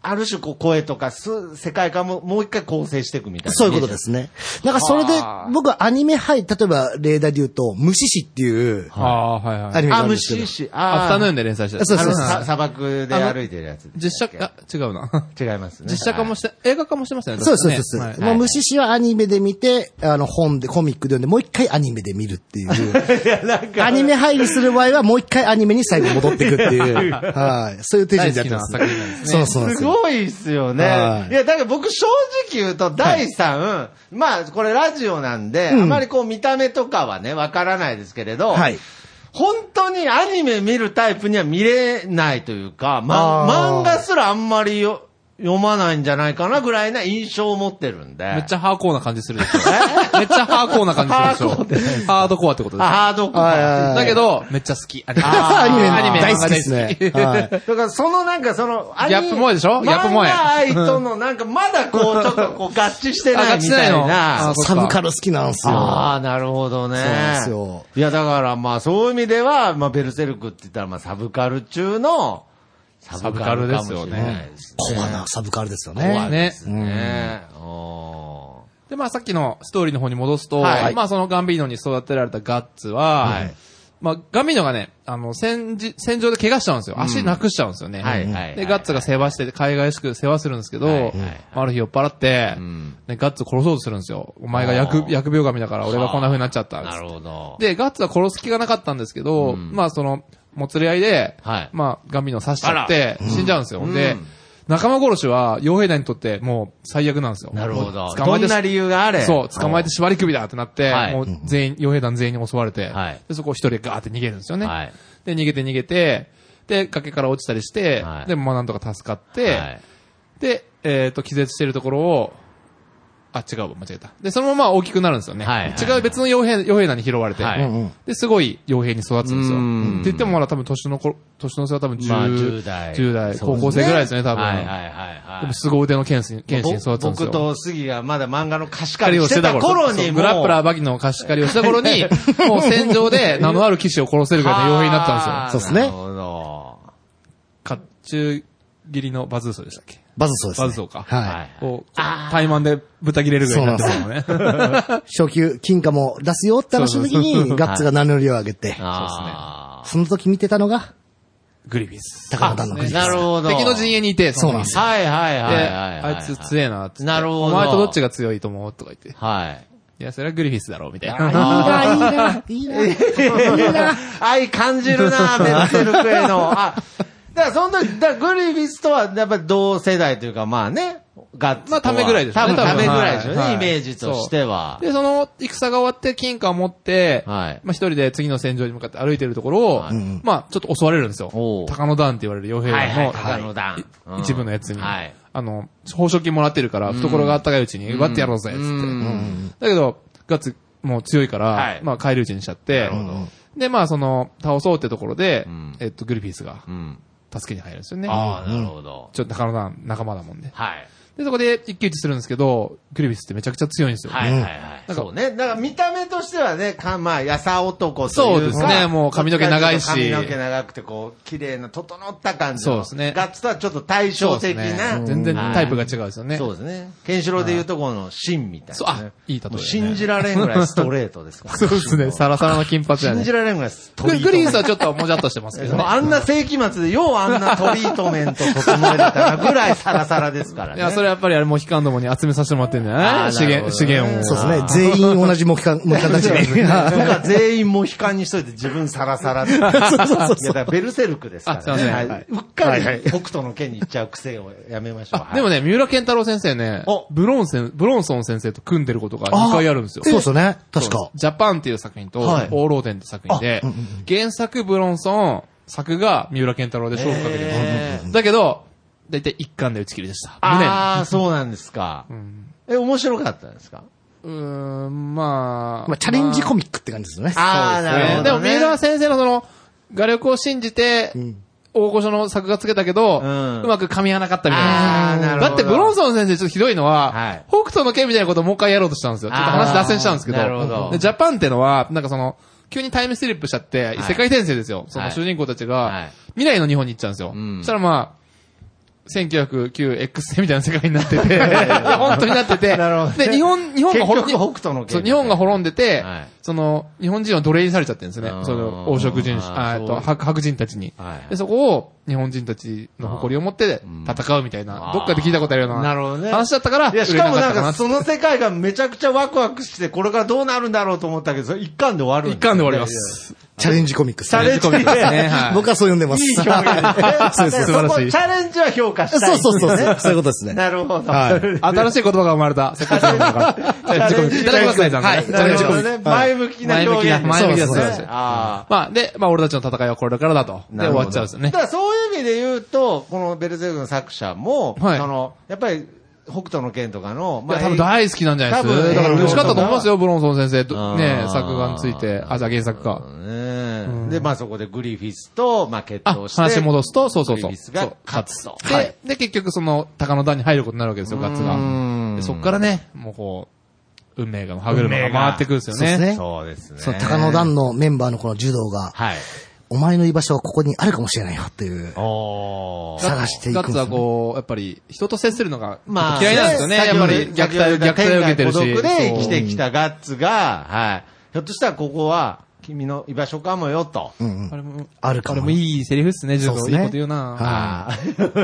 A: ある種こう声とかす、世界観も、もう一回構成していくみたいな。
C: そういうことですね。だからそれで
A: はあ、
C: 僕はアニメ配、例えば例題で言うと、虫師っていう
B: ああ、はいは
C: ア
B: い。
C: ニメがあ
A: あ、
C: るんですけ
A: 虫
C: ど。
A: し、
B: アフタヌーン
A: で。
B: で連載してた。
C: そう
A: あ
C: そう
A: の、
C: そう
A: さ砂漠で歩いてるやつ。
B: 実写、あ、違うな。
A: 違いますね。
B: 実写化もして、映画化もしてましたね。
C: そうです、そう
B: 確か
C: です。
B: ね
C: もう
B: はい
C: 虫師はアニメで見て、あの本で、コミックで読んで、もう一回アニメで見るっていう。
A: はい。いや、なんか、
C: アニメ配にする場合は、もう一回アニメに最後戻っていくっていう。はい。そういう手順でやってます。
B: 大好きな作品なんですね
C: そうそうなんですすよ。
A: ごいっすよね。
C: はい
A: いや、だから僕正直言うと、第3、まあ、これラジオなんで、あまりこう見た目とかはね、わからないですけれど、
C: はい。
A: 本当にアニメ見るタイプには見れないというか、ま、漫
C: あー
A: 画すらあんまりよ読まないんじゃないかなぐらいな印象を持ってるんで。
B: めっちゃハーコーな感じするでしょ。めっちゃハーコーな感じする
A: ハーコー
B: でしょ。ハードコアってことで
A: あ
B: す。
A: ハードコ
C: はいはい
A: ア。
C: は
B: だけど、めっちゃ好き。アニメ。
C: アニメ大好き
B: 漫
C: で
B: 画
C: すね。はい。
A: だから、そのなんか、その、アニ
B: ギャップ萌えでしょギャップ萌
A: 漫
B: え
A: 画愛とのなんか、まだこう、ちょっとこう、合致してな
B: あ合
A: い
B: 致
A: み
B: してな
A: た
B: い
A: い
B: の
A: な。
B: あそっか
C: サブカル好きなんですよ。
A: ああ、なるほどね。
C: そうなんですよ
A: いや、だからまあ、そういう意味では、まあ、ベルセルクって言ったら、まあ、サブカル中の、サ
B: ブカルですよね
A: ブカルかもしれないです
C: コアなサブカルですよ
A: ね。コア
C: ね。
A: ですね。おー
B: で、まあさっきのストーリーの方に戻すと、
A: はい
B: まあそのガンビーノに育てられたガッツは、
A: はい
B: まあガンビーノがね、あの、戦時、戦場で怪我しちゃうんですよ。足なくしちゃうんですよね。
A: はいはい
B: で、ガッツが世話して、海外しく世話するんですけど、
A: はいはい
B: ある日酔っ払って、
A: ん
B: ねガッツ殺そうとするんですよ。お前が
A: あ
B: 薬
A: ー
B: 薬病神だから俺がこんな風になっちゃった。
A: なるほど。
B: で、ガッツは殺す気がなかったんですけど、まあその、もつれ合いで、
A: はい
B: まあガンビーノを刺しちゃって、死んじゃうんですよ。
A: うんう
B: で
A: ん、
B: 仲間殺しは、傭兵団にとってもう最悪なんですよ。
A: なるほど
B: も。う捕ま
A: ど
B: えて
A: んな理由があれ。
B: そう、捕まえて縛り首だってなって、
A: はい
B: もう全員、傭兵団全員に襲われて、
A: はい
B: でそこを一人でガーって逃げるんですよね。
A: はい
B: で、逃げて逃げて、で、崖から落ちたりして、
A: はい
B: で、まあなんとか助かって、
A: はい
B: で、えっ、と、気絶してるところを、あ、違うわ、間違えた。で、そのまま大きくなるんですよね。
A: はいはい
B: 違う別の傭兵、傭兵団に拾われて、
A: はい
C: うんうん
B: で、すごい傭兵に育つんですよ。
A: う
B: っ
A: ん
B: て言ってもまだ多分年の頃、年の差は多分10、
A: まあ10代
B: 10代、高校生ぐらいですね、多分。
A: はいはいはいはい。
B: でも凄腕の剣士、剣士に育つんです
A: 僕
B: よ。
A: と杉がまだ漫画の貸し
B: 貸し
A: 借りをしてた頃に、
B: グラップラ
A: ば
B: ーバギの貸し借りをした頃 に、もう戦場で名のある騎士を殺せるぐらいの傭兵になったんですよ。
C: そうっすね
A: なるほど。
B: 甲冑切りのバズーソーでしたっけ
C: バズそうですね。
B: バズそうか
C: はい。
B: こう、怠慢で豚切れるぐらいになってたのね。
C: 昇給、金貨も出すよって話の時に、ガッツが名乗りを上げて、
A: あー
C: その時見てたのが、
B: グリフィス。
C: 高野団の国です。
A: なるほど。
B: 敵の陣営にいて、
C: そうなんです
B: よ。
A: はいはい
B: で、
A: はいはいはい。
B: あいつ強えな、つって。
A: なるほど
B: お前とどっちが強いと思うとか言って。
A: はい。
B: いや、それはグリフィスだろ、みたい
C: あ
B: な。
C: いいな、いいな、いいな。いいな。
A: 愛感じるな、ベルセルクへの。あ、だからその時、だからグリフィスとはやっぱり同世代というか、まあね、ガッツと
B: まあ
A: は。
B: ためぐらいでしょ
A: 多
B: うね
A: 分ためぐらいでしょうね、
B: はい
A: イメージとしては。
B: で、その、戦が終わって金貨を持って、
A: はい
B: まあ一人で次の戦場に向かって歩いてるところを、
A: はい
B: まあちょっと襲われるんですよ。
A: おう
B: 鷹の段って言われる傭兵
A: はいはい、
B: 団
A: 高
B: の
A: 野団。うん
B: 一部のやつに、
A: はい。
B: あの、報奨金もらってるから、懐があったかいうちに奪ってやろうぜ、つって。
A: うん
B: だけど、ガッツ、もう強いから、
A: はい
B: まあ帰り討ちにしちゃって、で、まあその、倒そうってところで、
A: ん
B: えっと、グリフィスが
A: うん。
B: 助けに入るんですよね。
A: ああ、なるほど。
B: ちょっと鷹の段仲間だもんね。
A: はい。
B: で、そこで一騎打ちするんですけど、クリビスってめちゃくちゃ強いんですよ。
A: はいはいはい。
B: うん
A: そうね。だから見た目としてはね、か、まあ、やさ男というか。
B: そうですねもう髪の毛長いし
A: 髪の毛長くて、こう、綺麗な、整った感じの。
B: そうですね
A: ガッツとはちょっと対照
B: そうです
A: 的
B: ね
A: な。
B: 全然
A: はい
B: タイプが違うんですよね。
A: そうですね。ケンシロウでいうとこの芯みたい
B: そう
A: なね、
B: あいい例えだね
A: もう信じられんぐらいストレートですから、
B: そうですね。サラサラの金髪や
A: 信
B: ね
A: じ。られんぐらいスト
B: グ
A: リート
B: グリ
A: メ
B: ー
A: ン
B: ンスはちょっともじゃっとしてますけど
A: ト。
B: ね。
A: あんな世紀末で、ようあんなトリートメント整えてたぐらいサラサラですから
B: い
A: ね。
B: や、それやっぱりあれ、モヒカンどもに集めさせてもらってんだよ
A: あ
B: ね。
A: ー
B: 資源、資
A: なるほどね
B: 源を。
C: そうですね。全員同じモヒカン、モヒカンた ち
A: そう
C: が。
A: ですね僕は全員モヒカンにしといて自分サラサラって。いやだからベルセルクですか
B: あすい
A: ら
B: ませ
A: ね。
B: ん
A: は
B: はいいう
A: っかり北斗の剣に行っちゃう癖をやめましょう。
B: あ、でも
A: ね、
B: ね、三浦健太郎先生ね
A: お、
B: ブロンセン、ブロンソン先生と組んでることが2回あるんですよ。
C: そうですよね。確か。
B: ジャパンっていう作品と、
A: はい
B: オーローデンって作品で、原作ブロンソン、作が三浦健太郎で勝負かけて
A: へ
B: ます。だけど、だいたい一巻で打ち切りでした。
A: ああ、そうなんですか。
B: 無念。
A: え、面白かったんですか
B: うん、うーん、まあ。
C: まあ、チャレンジコミックって感じですよね。
A: ああ、
B: まあねでも三
A: さ
B: 浦先生のその、画力を信じて、大御所の作画つけたけど、
A: う
B: うんまく噛み合わなかったみたいな。
A: あーなるほど
B: だって、ブロンソン先生ちょっとひどいのは、
A: はい
B: 北斗の剣みたいなことをもう一回やろうとしたんですよ。ちょっと
A: あー
B: 話脱線したんですけど。
A: なるほど
B: でジャパンってのは、なんかその、急にタイムスリップしちゃって、
A: い
B: 世界転生ですよ。そ
A: は
B: の
A: い
B: 主人公たちが、
A: はい
B: 未来の日本に行っちゃうんですよ。
A: うん
B: そしたらまあ、1909X 世みたいな世界になって て、いや、本当になってて、
A: なるほどね
B: で、日本、日本
A: 結
B: が
A: 局
B: 本
A: 北
B: 当
A: 斗
B: に
A: の
B: そう、
A: 剣。
B: 日本が滅んでて、
A: はい
B: その、日本人は奴隷にされちゃってるんですね
A: あー。
B: その、黄色人種、
A: あー
B: あーえっ
A: そう
B: と、白白人たちに、
A: はい
B: で。そこを、日本人たちの誇りを持って
A: ん
B: 戦うみたいな、
A: あー
B: どっかで聞いたことあるような
A: なるほどね
B: 話だったから、
A: いや、しかもなん
B: 売れ
A: か、
B: った
A: その世界がめちゃくちゃワクワクして、これからどうなるんだろうと思ったけど、それ一巻で終わるん
B: 一
A: です
B: 巻で終わりま。す。
C: チャレンジコミックです
A: チャ
C: ね。
A: レンジコミックですね。
B: はい
C: 僕はそう呼んでます。
A: いい表現
C: そうで
A: そ
C: す
B: 素晴ら
A: こ
B: しい
A: チャレンジは評価したい
C: そ
A: で
C: う
A: すね、
C: そうそうそう。そういうことですね。
A: なるほど。
C: はい
B: 新しい言葉が生まれた、世界中の中から。チャレンジコミックいただきますね、ちゃんと。
C: はい
B: チ
A: な
B: ャレン
A: る
B: ジコ
A: ほ
B: ミッ
A: ど
B: ク
A: ね。前向きな表現。
B: 前向
A: そう
B: きな
C: 前向きな
A: です
B: そうです
A: ね。ああ。
B: まあ、で、まあ、俺たちの戦いはこれからだと。で、
A: なる
B: 終
A: ほど
B: わっちゃうんですよ
A: だ
B: ね
A: か。らそういう意味で言うと、このベルゼルクの作者も、
B: はい
A: その、やっぱり、北斗の剣とかの、
B: いや、多分大好きなんじゃないです
A: 多
B: か。
A: 分
B: だから嬉しかったと思いますよ、ブロンソン先生
A: あー
B: と。ね作画について。あ、じゃあ原作か。
A: ね
B: うん
A: で、まあそこでグリフィスと、まあ決
B: あ、
A: 闘して。
B: 話戻すと、そうそうそ
A: グ
B: う
A: リフィ。スが勝つと。
B: で、で、結局その、鷹の段に入ることになるわけですよ、ガッツ
A: うん
B: が。でそっからね、もうこう、運命が、歯車が回ってくるんですよ
C: 運命がそうです
B: ね。
C: ね
A: そうですね。
C: その高野団のメンバーのこの柔道が、
A: はい。
C: お前の居場所はここにあるかもしれないよっていう。
A: おー。
C: 探していくん
B: ガ
C: で
B: ッ
C: す
B: ツ
C: ね
B: はこう、やっぱり、人と接するのが、
A: まあ、
B: 嫌いなんですよね。やっぱり、虐
A: 先
B: 待
A: ほど、
B: 虐待を受けてるし。
A: 天涯孤独で生きて
B: そう
A: きたガッツが、はい。ひょっとしたらここは、君の居場所かもよと。
C: うんう
B: あ
C: ん。
B: れも、
C: あるか
B: あれ
C: も
B: も。いいセリフっすね、ジュ
C: そうっ
B: ー
C: す
B: いい
C: ね
B: こと言うな
A: ああ。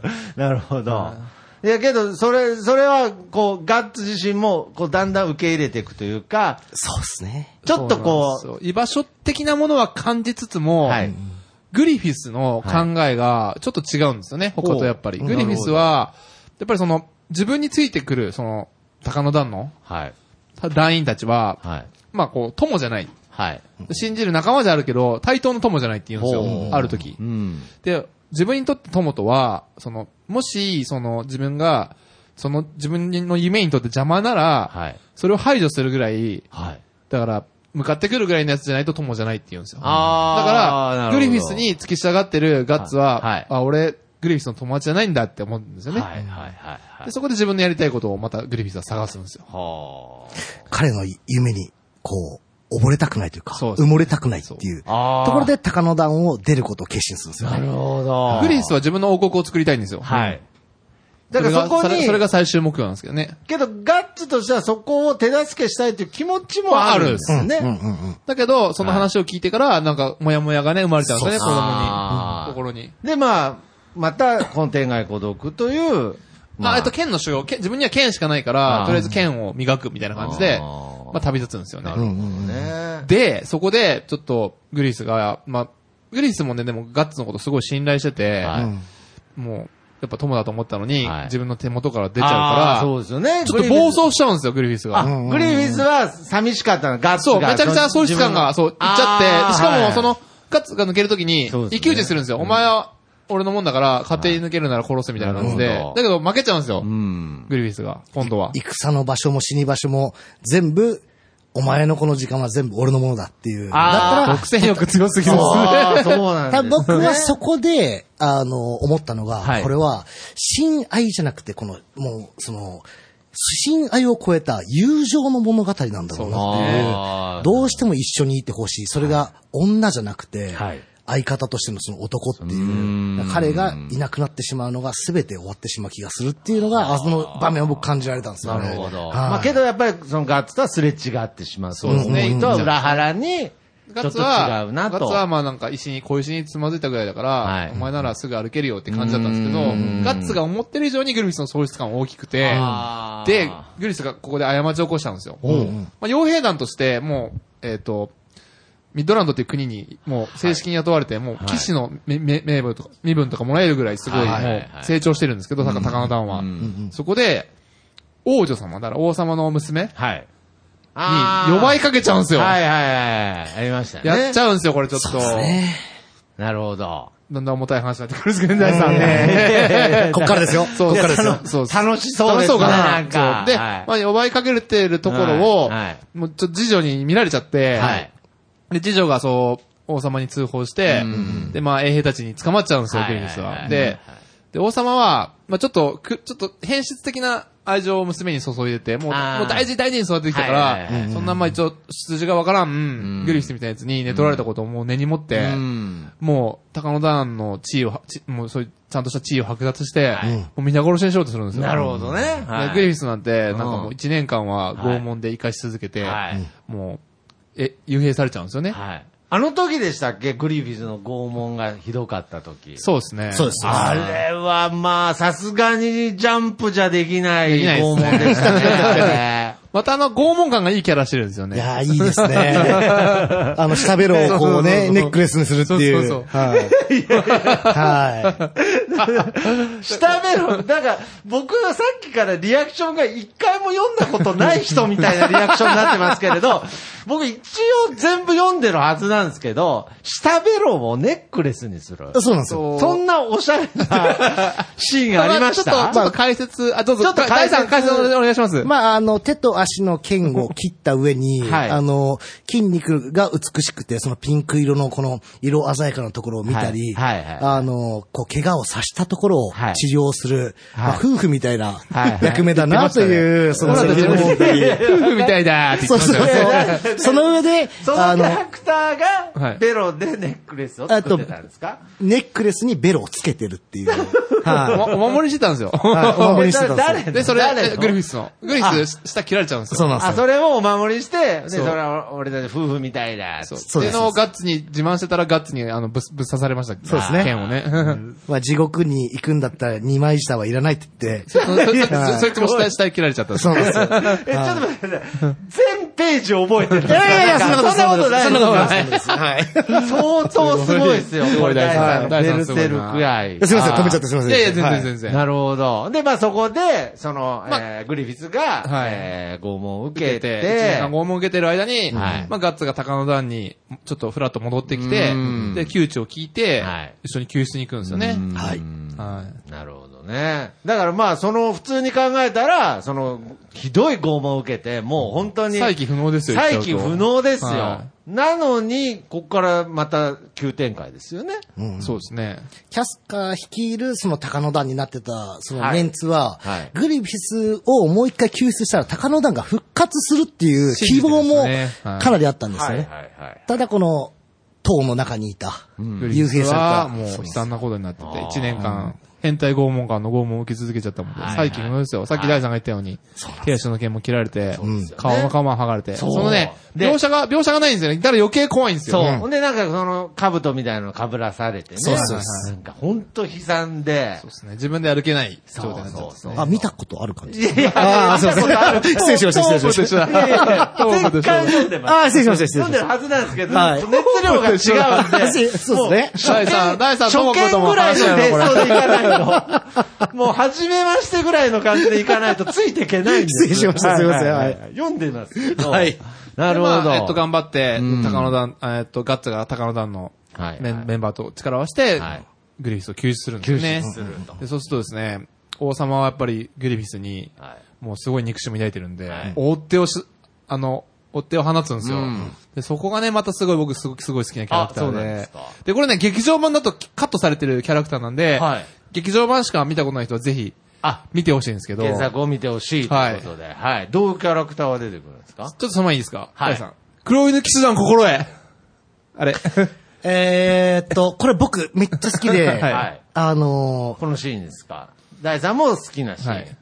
A: なるほど。いやけど、それ、それは、こう、ガッツ自身も、こう、だんだん受け入れていくというか、
C: そうですね。
A: ちょっとこう、
B: そう居場所的なものは感じつつも、
A: はい
B: グリフィスの考えがちょっと違うんですよね、他とやっぱり。
A: ほう
B: グリフィスは、やっぱりその、自分についてくる、その、高野団の
A: はい。
B: 団員たちは、
A: はい。
B: まあこう、友じゃない。
A: はい。
B: 信じる仲間じゃあるけど、対等の友じゃないって言うんです
A: ほう
B: よ、ある時。
A: うん。
B: で、自分にとって友とは、その、もし、その、自分が、その、自分の夢にとって邪魔なら、
A: はい。
B: それを排除するぐらい、
A: はい。
B: だから、向かってくるぐらいのやつじゃないと友じゃないって言うんですよ。だ
A: あ
B: から、グリフィス、に付き従ってるガッツ
A: は
B: は、
A: いはい
B: あ、俺、グリフィスの友達じゃないんだって思うんですよね。
A: はいはいはいはい
B: で。そこで自分のやりたいことをまたグリフィスは探すんですよ。
A: は
C: 彼の夢に、こう、溺れたくないというか、
B: そうです
C: 埋もれたくないっていう。と
A: あ。
C: ころ、で高野団を出ることを決心するんですよ
A: な
C: ね。
A: るほど。
B: グリフィスは自分の王国を作りたいんですよ。
A: はい。だ
B: そ
A: か
B: れ
A: らそ
B: が。
A: こ
B: それ
A: に、
B: それが最終目標なんですけどね。
A: けど、ガッツとしてはそこを手助けしたいという気持ちもあるんですよね。
C: うんうんうん。
B: だけど、その話を聞いてから、なんか、モヤモヤがね、生まれちゃうんですよね、子
A: そうそう
B: 供
A: あー
B: に。心に。
A: で、まあ、また、この天外孤独という、ま
B: あ、えっと、剣の修行。剣自分には剣しかないか
A: あー
B: ら、とりあえず剣を磨くみたいな感じで、
A: あー
B: まあ、旅立つんですよね。
C: うんうんうん。
A: ね。
B: で、そこで、ちょっと、グリースが、まあ、グリースもね、でもガッツのことすごい信頼してて、
A: はい
C: うん
B: もう、やっぱ友だと思ったのに、
A: はい
B: 自分の手元から出
A: 出
B: ちゃうから、
A: そうですよね。
B: ちょっと暴走しちゃうんですよ、グリフィス
A: あ
B: が。、
A: グリフィスは寂しかったの、ガッツ
B: そ
A: が。
B: う、めちゃくちゃ喪失感が、そう、いっちゃって、しかも、その、ガッツが抜けるときに、
A: そうですね
B: 一騎打ちするんですよ。お前は、俺のもんだから、勝手に抜けるなら殺せみたいな感じで、
A: なるほど
B: だけど負けちゃうんですよ、
A: うん。
B: グリフィスが、今度は。
C: 戦の場所も死に場所も全部お前のこの時間は全部俺のものだっていう。
A: あー
C: だ
B: 独占欲強すぎます
A: ああ、そうな
C: か
A: ん
C: ら、
A: です、
C: 多
A: ね。
C: 分僕はそこで、あの、思ったのが、
A: はい
C: これは、親愛じゃなくて、この、もう、その、親愛を超えた友情の物語なんだろうなっていう。
A: あー
C: どうしても一緒にいてほしい。それが女じゃなくて、
A: はい
C: 相方としてのその男っていう
A: ー
C: う、
A: ん
C: 彼がいなくなってしまうのが全て終わってしまう気がするっていうのが、あその場面を僕感じられたんですよね。
A: なるほど。
C: はい
A: まあけどやっぱりそのガッツとはすれ違ってしまう。そうですね。
C: うん
A: 意図は裏腹に、ちょ
B: ガッ
A: っ
B: ツ
A: と
B: は、
A: 違うな
B: ガッツは
A: と。
B: まあなんか石に、小石につまずいたぐらいだから、
A: はい
B: お前ならすぐ歩けるよって感じだったんですけど、
A: うん
B: ガッツが思ってる以上にグルフィスの喪失感は大きくて、
A: あー
B: で、グリスがここで過ちを起こしたんですよ。
A: おう
C: うん
B: まあ、傭兵団として、もう、えっ、と、ミッドランドっていう国に、もう正式に雇われて、もう騎士のめ、め名分とか、身分とかもらえるぐらいすごい、も
A: はいはいう
B: 成長してるんですけど、高野団は、
A: うん
B: そこで、王女様、だから王様の娘に
A: はい。
B: 弱いかけちゃうんですよ。
A: はいはいはい。ありましたよね。
B: やっちゃうんですよ、これちょっと。
A: なるほど。
B: だんだん重たい話になってくるんですけどね、大地さんね。
C: こっからですよ。こっからですよ。
B: そうそ う
A: 楽しそうですね。
B: 楽
A: なんか。
B: そうで、
A: はい
B: まあ、呼ばいかけてるところを、
A: はいはい
B: もうちょっと次女に見られちゃって、
A: はい
B: で、次女がそう、王様に通報して、で、まあ、衛兵たちに捕まっちゃうんですよ、
A: はいは
B: グ
A: い
B: リ
A: は
B: フ
A: い
B: ィス
A: は
B: は。
A: い
B: で、で、王様は、まあ、ちょっと、く、ちょっと変質的な愛情を娘に注いでて、もう、
A: あー
B: もう大事に大事に育ててきたか
A: はいはいは
B: ら
A: い、
B: そんなまあ一応、出自がわからん
A: ん、
B: グリフィスみたいなやつに寝取られたことをもう根に持って、
A: うん
B: もう、高野団の地位をは、ちもうそういう、ちゃんとした地位を剥奪して、
A: はい
B: もう皆殺しにしようとするんですよ。
A: なるほどね。
B: で
A: はい
B: グリフィスなんて、なんかも
A: う
B: う
A: ん
B: 1年間は拷問で生かし続けて、
A: はい
B: もう、え、幽閉されちゃうんですよね。
A: はい。あの時でしたっけグリフィスの拷問がひどかった時。
B: そうですね。
C: そうです
A: あれはまあ、さすがにジャンプじゃできない
B: できないで
A: 拷
B: すね
A: 問でしたね。
B: またあの、拷問感がいいキャラしてるんですよ
C: い
B: ね。
C: やーいいですね。あの、下ベロをこう
B: そうそうそう
C: ね、
B: そう
C: ネックレスにするっていう。
B: そうそう
C: はい。は
A: 下目の、なんか、僕はさっきからリアクションが一回も読んだことない人みたいなリアクションになってますけれ ど、僕一応全部読んでるはずなんですけど、下ベロをネックレスにする。
C: い。そうなんです
B: そ
C: よ。
B: う
A: そんなおしゃれなシーンがありまし
B: ちょ
A: た
B: っと、ちょっと解説、あ、どうぞ、
A: ちょっと解
B: 大地さん、
A: 説
B: 解説お願いし ます。
C: まあ、あの、手と足の剣を切った上に、
A: はい
C: あの、筋肉が美しくて、そのピンク色のこの色鮮やかなところを見たり、
A: はいはいはい
C: あの、こう、怪我をさしたところを
A: はい
C: 治療する、
A: はい
C: まあ夫婦みたいな
A: はい
C: 役目だなという、その
B: 俺らたちも
C: そう
B: 夫 婦みたいだーって言って
C: そう
B: ました
C: そ
B: よ
C: う
B: ね。
C: そう。その上で、
A: そのキ
C: あの
A: ャ、ラクター
B: は
A: が
B: い、
A: ベロでネックレスを作ってたんですか
C: ネックレスにベロをつけてるっていう。はい
B: おお守りしてたんですよ。
C: はいお守りしてたんです
A: え
C: よ
A: 誰の
B: で、それ、
A: 誰の
B: えグリフィスの。グリフィス、下切られちゃうんですよ。
C: そうなん
A: あ、
C: ですよ。
A: それをお守りして、で、
B: そう
A: それは俺たち夫婦みたいだ。
B: そう。そ
C: そうです
B: れのをガッツに、自慢してたらガッツに、あの、ぶっ、ぶっ刺されました。そう
C: ですね
B: 剣をね。
C: まあ、地獄に行くんだったら二枚舌はいらないって言って。
B: そ そそ
C: はい
B: そいつも下、下に切られちゃったんです
C: そうなんです
A: え、
C: よ。
A: ちょっと待ってください。全ページ覚えてる。い
C: いやいやいや、そんなこと
A: そんなことない。
C: そんなことない。
A: 相当すごいですよ、
B: す
A: こ
B: ごい
A: れ大さん。
B: 大
A: ベ
B: 地
A: ル
B: さん
A: セルク愛。
C: すいません、止めちゃってすいません。
B: いやいや、全然
C: はい
B: 全然。
A: なるほど。で、まあそこで、その、
B: まあ
A: えーグリフィスが、
B: はい
A: えー拷問を受け
B: 受けて、
A: て、
B: 1時間拷問受けてる間に、
A: はい
B: まあガッツが高野団に、ちょっとフラッと戻ってきて
A: う、ん
B: で、窮地を聞いて
A: はい、
B: 一緒に救出に行くんですよね。
C: はい
B: はい。
A: なるほどね。だからまあ、その、普通に考えたら、その、ひどい拷問を受けて、もう本当に、
B: 再起不能ですよ、
A: 再起
B: 言っちゃう
A: 不
B: と
A: 能ですよ。
B: は
A: なのに、ここからまた急展開ですよね。
C: うん
B: そうですね。
C: キャスカー率いるその高野団になってたその
A: はい
C: メンツは、
A: はい
C: グリフィスをもう一回救出したら高野団が復活するっていう希望も
B: 信じてですねはい
C: かなりあったんですよね。
A: いはい。
C: ただこの党の中にいた
B: グ
C: 幽
B: リフィ
C: 閉
B: ス
C: さ
B: は
C: れた。
B: もう悲惨なことになってて、
A: あー
B: 1年間、変態拷問官の拷問を受け続けちゃったもんで
A: はい、はい
B: 再起不能ですよ。さっき大さんが言ったように、手足の剣も切られて
A: そうですよね、
B: 顔の皮も剥がれて、そ
A: そう
B: のね、
A: で
B: 描写が、描写がないんですよね。だから余計怖いんですよ。
A: そう。
B: ん
A: ほんで、なんかその、兜みたいなの被らされてね。
C: そうそう
B: そ
A: なんかほんと悲惨で。
B: そうですね。自分で歩けない状態になっちゃうんです
A: そうそう
B: ね
A: そ。
C: あ、見たことある感じ。
A: いやいや、見たことある
C: 失礼しました、失礼しました。
A: いやい や
B: ト
A: 全
B: ークでしょ
A: 巻読んでます。
C: あー、失礼しました、失礼
A: 飲んで
C: しまし
A: るはずなんですけど、
C: はい、
A: 熱量が違うんで
C: そうで
A: も
C: すね
B: 第三第三
A: 初
B: ともこと
A: 見
B: も
A: ぐらい
B: 話だ
A: の
B: な
A: ベ
B: これ
A: ストでいかない と、もう初めましてぐらいの感じでいかないとついていけないんです。
C: 失礼しましたすいませんはい
A: 読んでますけど。
C: はい
A: なるほ
B: で
A: ど。
B: まあえっと、頑張って、
A: ん
B: 高野団、えっと、ガッツが高野団の
A: はいはい
B: メンメンバーと力を合わせて
A: はい、
B: グリフィスを救出するんですよね。
A: 救出すると
B: でそうするとですね、王様はやっぱりグリフィスに、
A: はい
B: もうすごい憎しみ抱いてるんで
A: はい、
B: 追っ手をし、あの、追っ手を放つんですよ、
A: うん
B: で。そこがね、またすごい僕すごくすごい好きなキャラクターで。
A: あそうなんですか
B: で、これね、劇場版だとカットされてるキャラクターなんで、
A: はい
B: 劇場版しか見たことない人はぜひ
A: あ、
B: 見てほしいんですけど、ちょ
A: 検
B: っ
A: 索を見てほしいということで、はい。どういうキャラクターは出てくるんですか
B: とその前にいいですか
A: はい
B: 大地さん。黒犬騎士団心得。あれ。
C: えーっと、これ僕めっちゃ好 きで、
B: はい
C: あのー
A: このシーンですか大さんも好きなシーン。
B: はい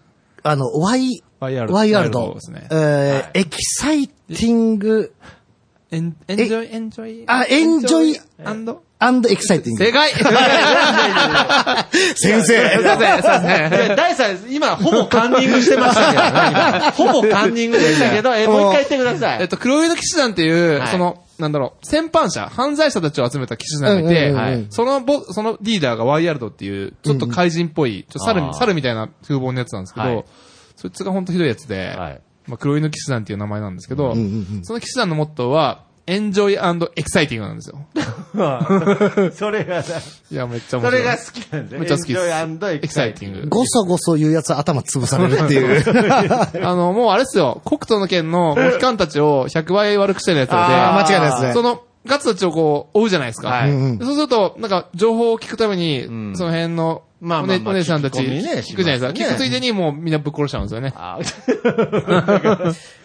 C: あの、ワイ、
B: ワイヤールド
C: ワイヤ
B: ワイヤー
C: ール
B: ルド
C: ド
B: ですね
C: えーエキサイティング
B: エン、エンジョイ、エンジョイ。
C: あエンジョイ
B: アンド
C: アンドエキサイティング
B: 正。解すいま
C: 先生
B: せんすい ません
A: いや大さん、今、ほぼカンニングしてましたけど ね、今ほぼカンニングでしたけど、え、もう一回言ってくださ
B: えっ
A: い。
B: と、黒犬騎士団っていう、
A: はい
B: その、なんだろう、戦犯者、犯罪者たちを集めた騎士団がいて、
C: うんうんうんうん
B: はいそのボ、そのリーダーがワイヤルドっていう、ちょっと怪人っぽい、ちょっと
A: あー
B: 猿、猿みたいな風貌のやつなんですけど、
A: はい
B: そいつがほんとひどいやつで、
A: はい
B: まあ、黒犬騎士団っていう名前なんですけど、
C: んうん
B: その騎士団のモットーは、エンジョイエキサイティングなんですよ。
A: それが、そ
B: いや、めっちゃ面白い。
A: れが好きなんですね。
B: めっちゃ好きです
A: エンジョイエ
B: エ
A: キ
B: キ
A: サ
B: サ
A: イ
B: イ
A: テ
B: テ
A: ィ
B: ィ
A: ング。
B: ング。
C: ごそごそ言うやつ頭潰されるって いう。
B: あの、もうあれっすよ、国土の剣の、もう機関たちを100倍悪くしてるやつで、
C: あー間違いないですね
B: その、ガッツたちをこう、追うじゃないですか。
A: はい
C: うんうん
B: でそうすると、なんか、情報を聞くために、
A: ん
B: その辺の、
A: まあまあまあ
B: おねお姉さんたち、
A: 聞き込みね
B: 聞くじゃないですか。
A: しますね
B: 聞くついでにもうみんなぶっ殺しちゃうんですよね。
A: あ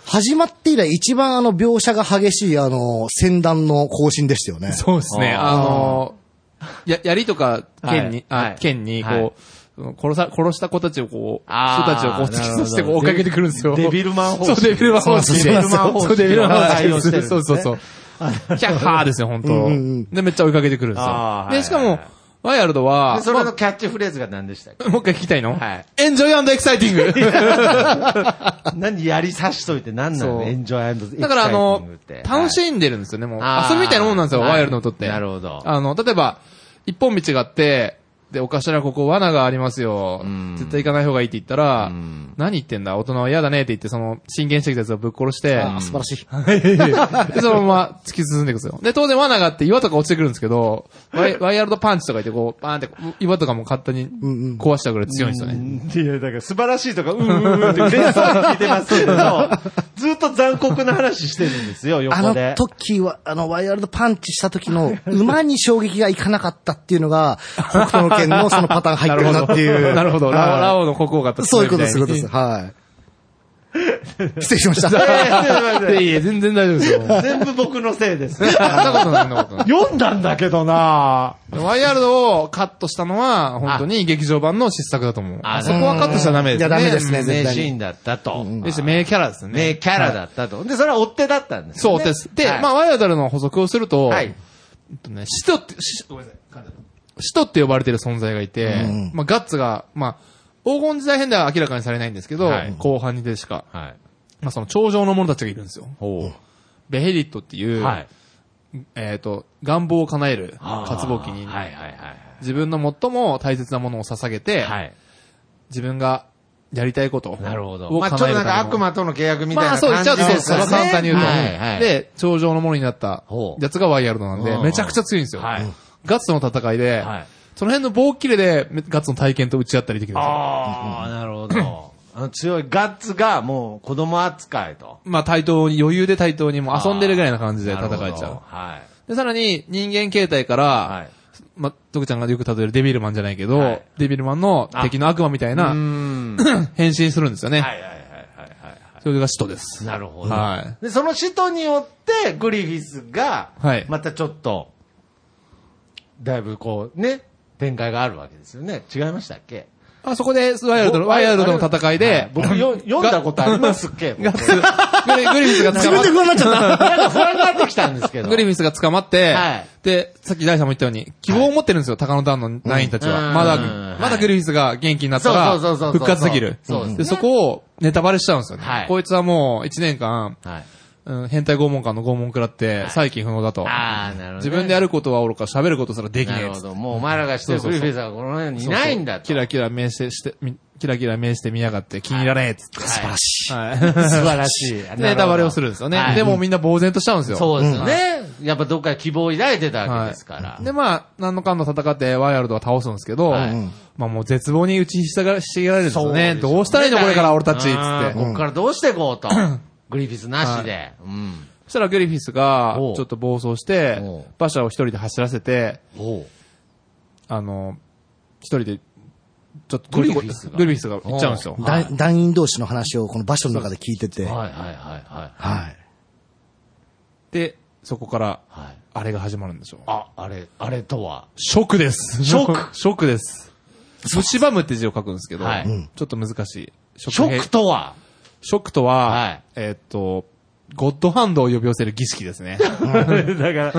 C: 始まって以来一番あの描写が激しいあの、戦団の更新でしたよね。
B: そうです
A: ね
B: あのー、や、槍とか、剣に、
A: はいはい
B: あ、剣に、こう、
A: はい
B: その殺さ、殺した子たちをこう、人
A: あー
B: たちをこう、突き刺してこう
A: なるほ
B: 追
A: ど
B: いかけてくるんですよ。
A: デビルマン方式
B: そう、デビルマン方式。
C: そうなんですよ
B: そうデビルマン方式。
A: デビルマン方式
B: そうそうそう。キャッハーですよ、本
C: うん
B: 当
C: うんうん
B: で、めっちゃ追いかけてくるんです
A: あ
B: よ
A: ー。はい
B: で、しかも、ワイヤルドは
A: で、それの
B: ま
A: キャッチフレーズが何でしたっけ
B: あもう一回聞きたいの
A: はい
B: エンジョイエキサイティン グ
A: 何やりさしといて何なの
B: そう
A: エンジョイエキサイティングって。
B: だからあの、楽
A: い
B: しんでるんですよね、もう。
A: あー
B: 遊びみたいなもんなんですよ、
A: はい
B: ワイヤルドにとって。
A: なるほど
B: あの、例えば、一本道があって、で、お頭ここ罠がありますよ
A: ん。
B: 絶対行かない方がいいって言ったら
A: ん、
B: 何言ってんだ大人は嫌だねって言って、その、進言してきたやつをぶっ殺して、
C: あー素晴らしい。
B: で、そのまま突き進んでいくんですよ。で、当然罠があって岩とか落ちてくるんですけど、ワイワイヤルドパンチとか言ってこう、バーンって岩とかも簡単に壊したぐらい強いんですよね。
A: いや、だから素晴らしいとか、うんうんうんって嬉しそうに聞いてますけど、 ずっと残酷な話してるんですよ、
C: あ
A: 横で。
C: の時は、あの、ワイヤルドパンチした時の、馬に衝撃がいかなかったっていう のが、北斗の剣のそのパターン入ってるなっていう。
B: なるほど。ラオラオの国王が
C: そういうことです、そういうこと
B: で
C: です。はい。 失礼しました。
A: いやいやすいません
B: いやいや、全然大丈夫ですよ。そんな
A: 全部僕のせいです。
B: ことない、そんなことない。
A: 読んだんだけどな
B: ワイヤールドをカットしたのは、本当に劇場版の失策だと思う。
A: あ
B: そこはカットしちゃダメですね。
C: いやダメですね
B: うん
A: 名
C: 絶対
A: シ
C: に
A: ーンだったと。
B: でして、名キャラですよね。
A: 名キャラ
B: はい。
A: だったと。で、それは追っ手だったんです
B: そ
A: よ
B: う
A: ね。
B: です。で、
A: はい
B: まあ、ワイヤードルの補足をすると、
A: はい。
B: えっとね、使徒って、しごめんなさい噛んだ使徒って呼ばれてる存在がいて、
C: ん
B: まあ、ガッツが、まあ、黄金時代編では明らかにされないんですけど、
A: はい
B: 後半にでしか、
A: はい。
B: まあ、その頂上の者たちがいるんですよ。
A: ほ
B: ベヘリットっていうう、
A: はい。
B: えっ、と、願望を叶える
A: あー
B: 渇望期に、
A: はいはいはい
B: 自分の最も大切なものを捧げ
A: は
B: て、
A: い。はい。
B: 自分がやりたいことを叶え
A: なるほど。
B: る
A: まあちょっとなんか悪
B: 魔
A: 魔との契約みたい
B: まあ
A: な
B: そう言
A: 感
B: っちゃう
A: じ
B: とそうです
A: よ
B: よ、簡単に言うと。
A: はいはい。
B: で、頂上のものになった
A: ほう
B: やつがワイヤルドなん
A: う
B: で、
A: ん
B: めちゃくちゃ強いんですよ。
A: はい
B: ガッツとの戦いで、
A: はい
B: その辺の棒切れでめガッツの体験と打ち合ったりできるんですよ。
A: ああ、なるほど。あの強いガッツがもう子供扱いと。
B: まあ対等に、余裕で対等にもう遊んでるぐらいな感じで戦
A: な
B: え
A: るほ
B: ちゃう
A: ど。はい。
B: で、さらに人間形態から、
A: はい。
B: まあ、徳ちゃんがよく例えるデビルマンじゃないけど、
A: はい
B: デビルマンの敵の悪魔みたい
A: う
B: な
A: ーん。
B: 変身するんですよね。
A: はいはいはいはいはいは
B: それが使徒です
A: い。。なるほど。
B: は
A: で、その使徒によって、グリフィスが、
B: はい
A: またちょっと、だいぶこう、ね、展開があるわけですよね。違いましたっけ
B: あそこで、ワイヤルドの、
A: おワ
B: ワ
A: イ
B: イ
A: ヤ
B: ヤ
A: ルド
B: ルドの戦いで、
A: 僕よ、読んだことありますっけ僕
B: ガッツ、グリグリフィスが
C: 自
B: 捕まっ
C: 分で不安になっちゃった。
A: なんか不安になってきたんですけど。
B: グリフィスが捕まって、
A: はい
B: で、さっき大さんも言ったように、希望を持ってるんですよ、高野団のナインたちは。
A: うん
B: まだ
A: うん、
B: まだグリフィスが元気になったら、
A: そうそうそうそうそう
B: 復活できる。
A: そうですね
B: で、そこをネタバレしちゃうんですよね。
A: はい
B: こいつはもう、一年間、
A: はい。
B: うん変態拷問官の拷問食らって、再起不能だと。
A: ああ、なるほどね。
B: 自分でやることは愚か、喋ることすらでき
A: な
B: ねえ
A: る
B: っ
A: ほ
B: つって。
A: ど。もうお前らがしてる
B: そ
A: グリ
B: うそうそう
A: フィスはこの世にいないんだと。
B: キラキラ名して、して、みキラキラ名して見やがって気に入らねえっつって。
C: 素晴らしい。
B: はい。
A: 素晴らしい。なるほど
B: ネタバレをするんですよね。
A: はい
B: でもみんな呆然としちゃうんですよ。
A: そうですよね。やっぱどっかで希望を抱いてたわけですから。
B: で、まあ、何のかんの戦って、ワイヤルドは倒すんですけど、
A: はい
B: まあもう絶望に打ちひしがら、しがられるんです
A: そう
B: よね。
A: ですよ
B: どうしたらいいのこれから俺たち、つっ
A: うんこ
B: て。
A: っからどうしていこうと。グリフィスなしで。うん。
B: そしたらグリフィスが、
A: おう
B: ちょっと暴走して
A: おう、
B: 馬車を一人で走らせて、
A: おう
B: あの、一人で、ちょっと、
A: グリフィスが
B: グリフィスが行っちゃうんですよ。
A: おう
B: だ
A: はい
C: だ団員同士の話をこの場所の中で聞いてて。
A: はいはいはいはい。
C: はい。
B: で、そこから、
A: はい。
B: あれが始まるんでしょう。
A: あ、あれ、あれとは。
B: ショックです。
A: ショック
B: ショックです。蝕むって字を書くんですけど、
A: はい
C: うん
B: ちょっと難しい。シ
A: ショックと は
B: ショックとは、
A: はい
B: えーっと、ゴッドハンドを呼び寄せる儀式ですね。
A: だから、
C: コ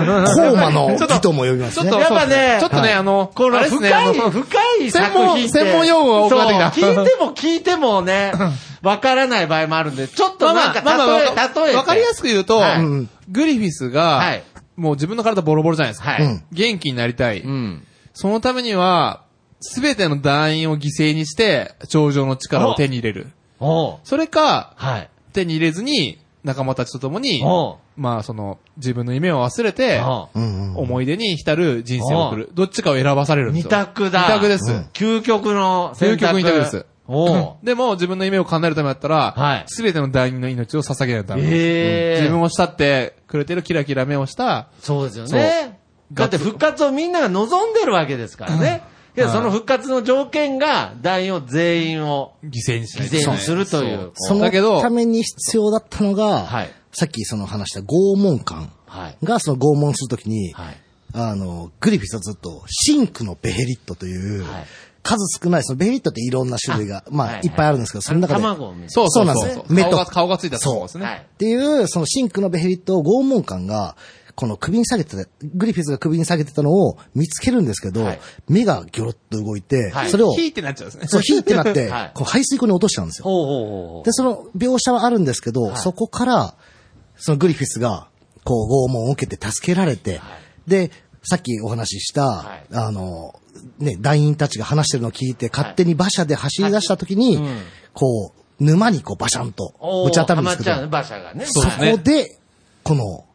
C: ーマの
B: ちょっと
C: 義とも呼びま
B: ちょ
C: す
B: っ
C: ね
B: と、。
A: やっぱね
B: そうですちょっとね、
C: はい
B: あの、
A: この
B: あれですね、あ
A: 深い、
B: の、
A: 深い
B: 専
A: 作
B: 門
A: 品って
B: 専門用語が多くなってきた
A: そう聞いても聞いてもね、わからない場合もあるんで、ちょっと
B: まあ
A: なんか、
B: まあまあ
A: 例え、
B: わか
A: 例えて。
B: わかりやすく言うと、
A: はい
C: うん
B: グリフィスが、
A: はい
B: もう自分の体ボロボロじゃないですか。
A: はい。
C: うん
B: 元気になりたい。
A: うん。
B: そのためには、すべての団員を犠牲にして、頂上の力を手に入れる。
A: おう
B: それか、
A: はい。
B: 手に入れずに、仲間たちと共に、
A: おう
B: まあその、自分の夢を忘れて、
A: おう
C: うんうん
B: 思い出に浸る人生を送る。どっちかを選ばされるんで
A: 二
B: すよ。
A: 択だ。
B: 二択です。
A: うん究極の選択。
B: 究極二択です。
A: おう
B: でも、自分の夢を叶えるためだったら
A: は、い
B: すべての団員の命を捧げないとダメ。
A: ええ
B: 自分を慕ってくれてるキラキラ目をした、
A: そうですよね。だって復活をみんなが望んでるわけですからね。けどその復活の条件が、団員を全員を
B: 犠牲にし
A: 犠
B: ない
A: 牲にするという。
C: そ
A: こ
B: だけど
C: のために必要だったの
A: う
C: が、
A: はい。
C: さっきその話した拷問官
A: はい。
C: がその拷問するときに、
A: はい。
C: あの、グリフィスはずっと、シンクのベヘリットという、
A: はい
C: 数少ない、そのベヘリットっていろんな種類が、まあ、
A: はい
C: い、っぱいあるんですけど、その中で、っ
A: 卵を見る。
B: そうそうそう
C: そうなんですね
B: 顔
C: 目
B: が、
C: と
B: 顔がついたそうですね。
A: はい。
C: ていう、そのシンクのベヘリットを拷問官が、この首に下げてた、グリフィスが首に下げてたのを見つけるんですけど、
A: はい
C: 目がギョロッと動いて、
A: はい
C: それを、
B: ヒーってなっちゃうんですね。
C: そう、ヒーってなって、
A: はい
C: こう排水溝に落としたんですよ。
A: ほうほうほうほう。
C: で、その描写はあるんですけど、
A: い
C: そこから、そのグリフィスが、こう、拷問を受けて助けられて、
A: はい
C: で、さっきお話しした、
A: はい
C: あの、ね、団員たちが話してるのを聞いて、勝手に馬車で走り出した時に、
A: はいうん
C: こう、沼にこう、バシャンと
A: おー
C: ぶち当たるんですけ
A: はまっちゃうね馬車が
C: ど、
A: ね。
B: そ
C: そ
B: で
C: う
B: すね
C: こで、この、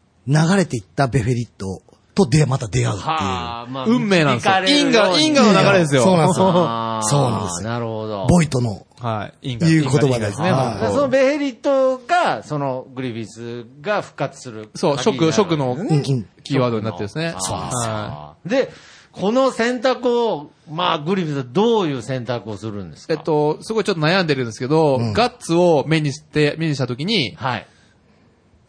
C: 流れていったベフェリットとで、また出会うっていう。
A: はあ、まあ、
B: 運命なんですよ。
A: 導かれるよう
B: 因
A: に
B: 果、因果の流れですよ。
C: そうなんですよ
A: あー
C: そうなんですよ
A: なるほど。
C: ボイトの、
B: はい。因果。
C: いう言葉
B: 因果因果
C: ですね
B: はい
A: だからそのベヘリットが、そのグリフィスが復活する。
B: そう、ショック、ショックの
C: うんうん
B: キーワードになってるんですね。
A: そう
B: はい
A: でこの選択を、まあ、グリフィスはどういう選択をするんですか
B: えっ、と、すごいちょっと悩んでるんですけど、
C: ん
B: ガッツを目にして、目にしたときに、
A: はい。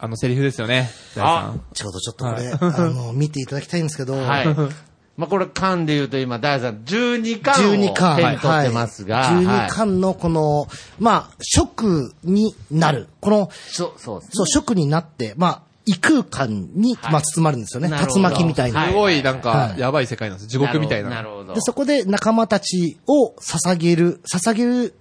B: あの、セリフですよね。
A: あ
C: ちょうどちょっとこれ、あの、見ていただきたいんですけど、
A: はい。 まあ、これ、巻で言うと今、第3、12巻を手
C: 12
A: に
C: 巻、
A: 取ってますが、は
C: 12
A: い
C: 巻のこの、まあ、食になる。この、
A: そう、そうですね
C: そう、食になって、まあ、異空間に、
A: はい
C: まあ、包まれるんですよね。
A: なるほど
C: 竜巻みたいな。
A: は
B: す
A: い
B: ごいなんか
C: は、い
B: やばい世界なんです。地獄みたいな。
A: なるほど。
C: で、そこで仲間たちを捧げる、捧げる、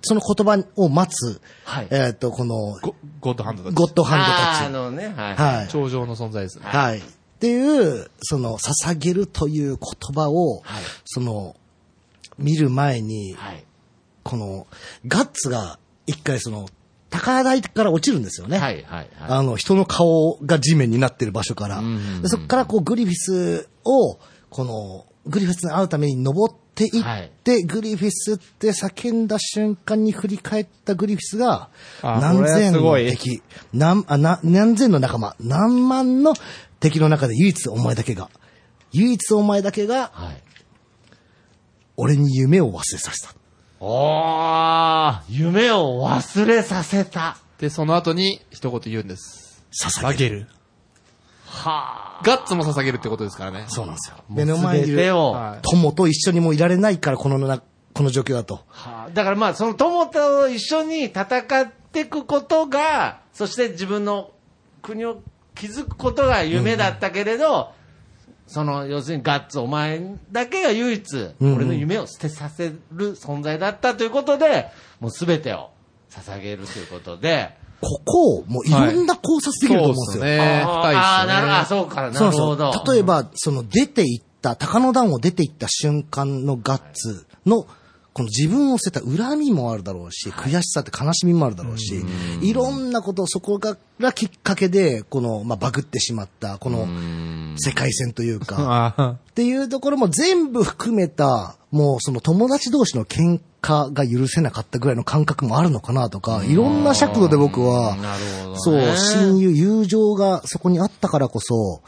C: その言葉を待つ、
A: はい
C: えっ、と、この、
B: ゴゴッドハンドだ
C: ゴッドハ
A: あーあ
C: ンド
A: のね、はい。
C: たち。はい。
B: 頂上の存在ですね。
C: はい。っていう、その、捧げるという言葉を、
A: はい
C: その、見る前に、
A: はい。
C: この、ガッツが一回その、高台から落ちるんですよね。
A: はい、はい、はい。
C: あの、人の顔が地面になってる場所から。
A: うんうんうん
C: でそこからこう、グリフィスを、この、グリフィスに会うために登っていって、
A: はい
C: グリフィスって叫んだ瞬間に振り返ったグリフィスが、
B: あこ
C: 何千の
B: れすごい
C: 敵、何あな何千の仲間、何万の敵の中で唯一お前だけが、唯一お前だけが、
A: はい。
C: 俺に夢を忘れさせた。
A: おー、夢を忘れさせた。
B: で、その後に一言言うんです。
C: 捧げる。
A: は
B: ガッツも捧げるってことですからね。
C: そうなんですよ。
A: ー。
C: 目の前にい
A: 全て
C: る
A: を。
B: はい
C: 友と一緒にもういられないから、このな、この状況だと。
A: はあだからまあ、その友と一緒に戦っていくことが、そして自分の国を築くことが夢だったけれど、その、要するにガッツ、お前だけが唯一、
C: うんうん
A: 俺の夢を捨てさせる存在だったということで、もうすべてを捧げるということで、
C: ここをもういろんな考察できると思うんで
B: そうですね。深いです
C: すよ。
B: ね。
A: あーあー、なるほど、あそうか、な
C: そう
A: る
C: そ
A: ほ
C: う
A: ど。
C: 例えば、その出ていった、高野段を出ていった瞬間のガッツの、この自分を捨てた恨みもあるだろうし、悔しさって悲しみもあるだろうし、いろんなことをそこががきっかけで、この、まあ、バグってしまった、この世界線というか、
B: あー
C: っていうところも全部含めた、もうその友達同士の喧化が許せなかったぐらいの感覚もあるのかなとか、いろんな尺度で僕は、
A: なるほど、ね。
C: そう、親友、友情がそこにあったからこそ、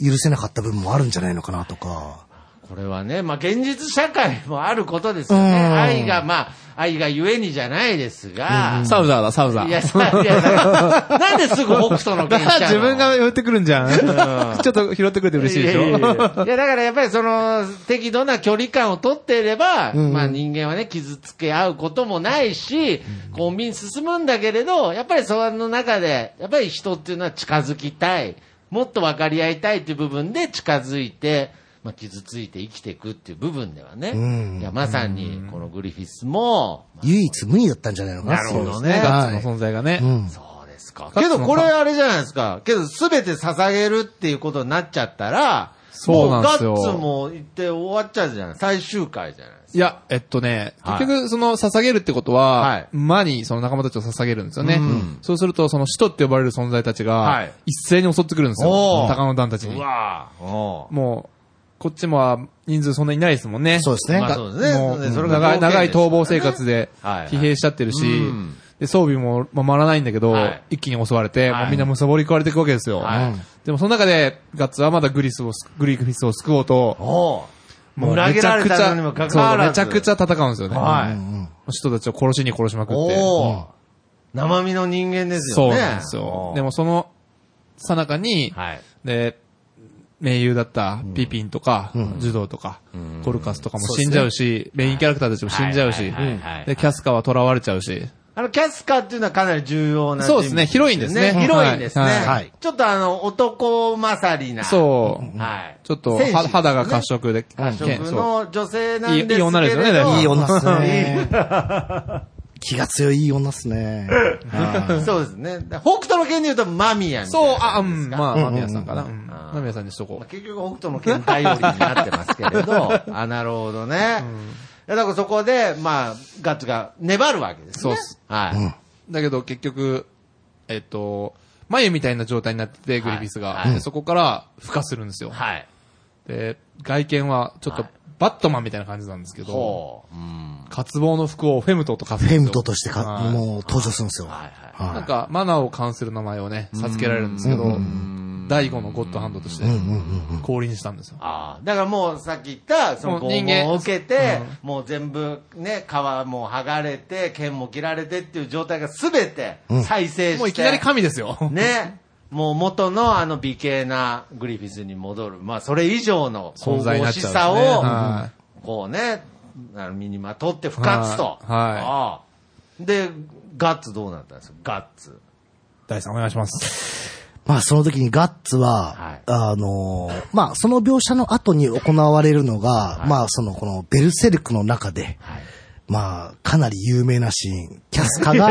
C: 許せなかった部分もあるんじゃないのかなとか。
A: これはね、まあ、現実社会もあることですよ
C: うん
A: ね。愛が、まあ、愛がゆえにじゃないですが、
B: サウザーだ、サウザ
A: いや、
B: ー。
A: さいや ななんですぐ北斗の
B: だ
A: 拳
B: から
A: した
B: 自
A: の
B: 分が寄ってくるんじゃん。 ちょっと拾ってくれて嬉しいでし
A: いやいやいやい
B: ょ
A: やいや、だからやっぱりその、適度な距離感をとっていれば、
C: うん
A: まあ人間はね、傷つけ合うこともないし、コンビニ進むんだけれど、やっぱりその中で、やっぱり人っていうのは近づきたい、もっと分かり合いたいっていう部分で近づいて、まあ傷ついて生きていくっていう部分ではね、
C: うん
A: いやまさにこのグリフィスも、
C: 唯一無二だったんじゃないのかな。
A: なるほどね
C: そうです
B: ね、ガ
C: は
B: ッツ
C: い。
B: の存在がね
C: う。ん。
A: そうですか。
B: か
A: けどこれあれじゃないですか。けど全て捧げるっていうことになっちゃったら、
B: そうなんですよ
A: もうガッツも行って終わっちゃうじゃない最終回じゃないですか。
B: いや、えっとね、
A: はい
B: 結局、その、捧げるってこと
A: は、
B: はい馬にその仲間たちを捧げるんですよね
A: ん。
B: そうすると、その使徒って呼ばれる存在たち
A: は
B: が
A: い、
B: 一斉に襲ってくるんです
A: お
B: よ。
A: ー
B: 高野団たちに。
A: わぁ。おう
B: もう、こっちも人数そんなにいないですもんね。
C: そうですね。
A: まあそうですね
B: も
A: そううですねそれが
B: 長い、
A: 条件
B: 長い
A: ですからね
B: 逃亡生活で
A: はいはい
B: 疲弊しちゃってるし
A: うん、
B: で、装備も回らないんだけど
A: はい、
B: 一気に襲われて、
A: はい
B: もうみんなむさぼり食われていくわけですよ
A: はい。
B: でもその中で、ガッツはまだグリスを、グリフィスを救おうと、
A: おう
B: もう
A: 裏
B: め
A: 切
B: ち
A: ら
B: ゃ
A: れ
B: くち
A: た
B: ゃ、
A: のにもかかわ
B: そう、
A: ら
B: めち
A: ず。
B: ゃくちゃ戦うんですよね。
A: は
C: う
A: い。
C: ん
B: 人たちを殺しに殺しまくって。
A: おう生身の人間です
B: そう
A: よね。
B: なんですよ
A: お。う
B: でもその、さなかに、
A: はい。
B: で、名優だったピピンとか、ジュドーとか、コルカスとかも死んじゃうし、メインキャラクターたちも死んじゃう
A: はい
B: し
A: はいはいはい、
B: で、キャスカは囚われちゃうし、
A: あの、キャスカーっていうのはかなり重要な人
B: そ
A: 物
B: うですね広いんですね
A: 広いんですね。
B: はいはい
C: はい
A: ちょっとあの、男勝りな。
B: そう、
A: はい。
B: ちょっと
A: 戦士です
B: は
A: ね
B: 肌が褐色で、
A: 過食
B: けんそう
A: の女性なんですけれど
B: いいいい女ですよねだいぶ
C: いい女っすね。 気が強いいい女っすね。はい
A: そうですね。だ北斗の拳で言うとマミヤみたい
B: そう、
A: な
B: あ、う
A: 感じです
B: ん、
A: か
B: まあ、
C: う
B: マ
C: ん
B: ミヤさんかな。
C: う
B: うん
A: あー
B: マミヤさんにしとこ
A: まあ結局北斗の拳頼りになってますけれど、 あ、なるほどね。いやだからそこで、まあ、ガッツが粘るわけですね。
B: そうっす。
A: はい。
C: うん
B: う。だけど結局、えっと、眉みたいな状態になってて、グリフィスが
A: は。い
B: でそこから、孵化するんですよ。
A: はい。
B: で、外見は、ちょっと
A: はい、
B: バットマンみたいな感じなんですけど、
A: ほう。うん。
B: 渇望の服をフェムトとか
C: フェムトとしてか、
B: はい
C: もう登場するんですよ。
A: はいはい。
C: はい
B: なんか、マナーを関する名前をね、授けられるんですけ
C: うんう
B: ど
C: んう、
B: 第五のゴッドハンドとして
C: うん、うんうんうん。
B: 降臨したんですよ。
A: ああ。だからもうさっき言った、その
B: もう
A: 拷
B: 人間
A: 問を受けて、もう全部ね、皮も剥がれて、剣も切られてっていう状態がすべて
C: うん
A: 再生して、
B: もういきなり神ですよ。
A: ね。もう元のあの美形なグリフィスに戻る。まあそれ以上の
B: 存
A: 神
B: 在にな
A: 々
B: っち
A: し
B: ゃうんですね
A: さ
B: は
A: を
B: い、
A: こうね、あの身にまとって復活と。
B: はいはい
A: ああで、ガッツどうなったんですかガッツ。
B: 大さんお願いします。
C: まあその時にガッツ
A: は
C: は、
A: い
C: あのーまあその描写の後に行われるのが、まあそのこのベルセルクの中で、
A: はい。
C: まあかなり有名なシーン、キャスカ が、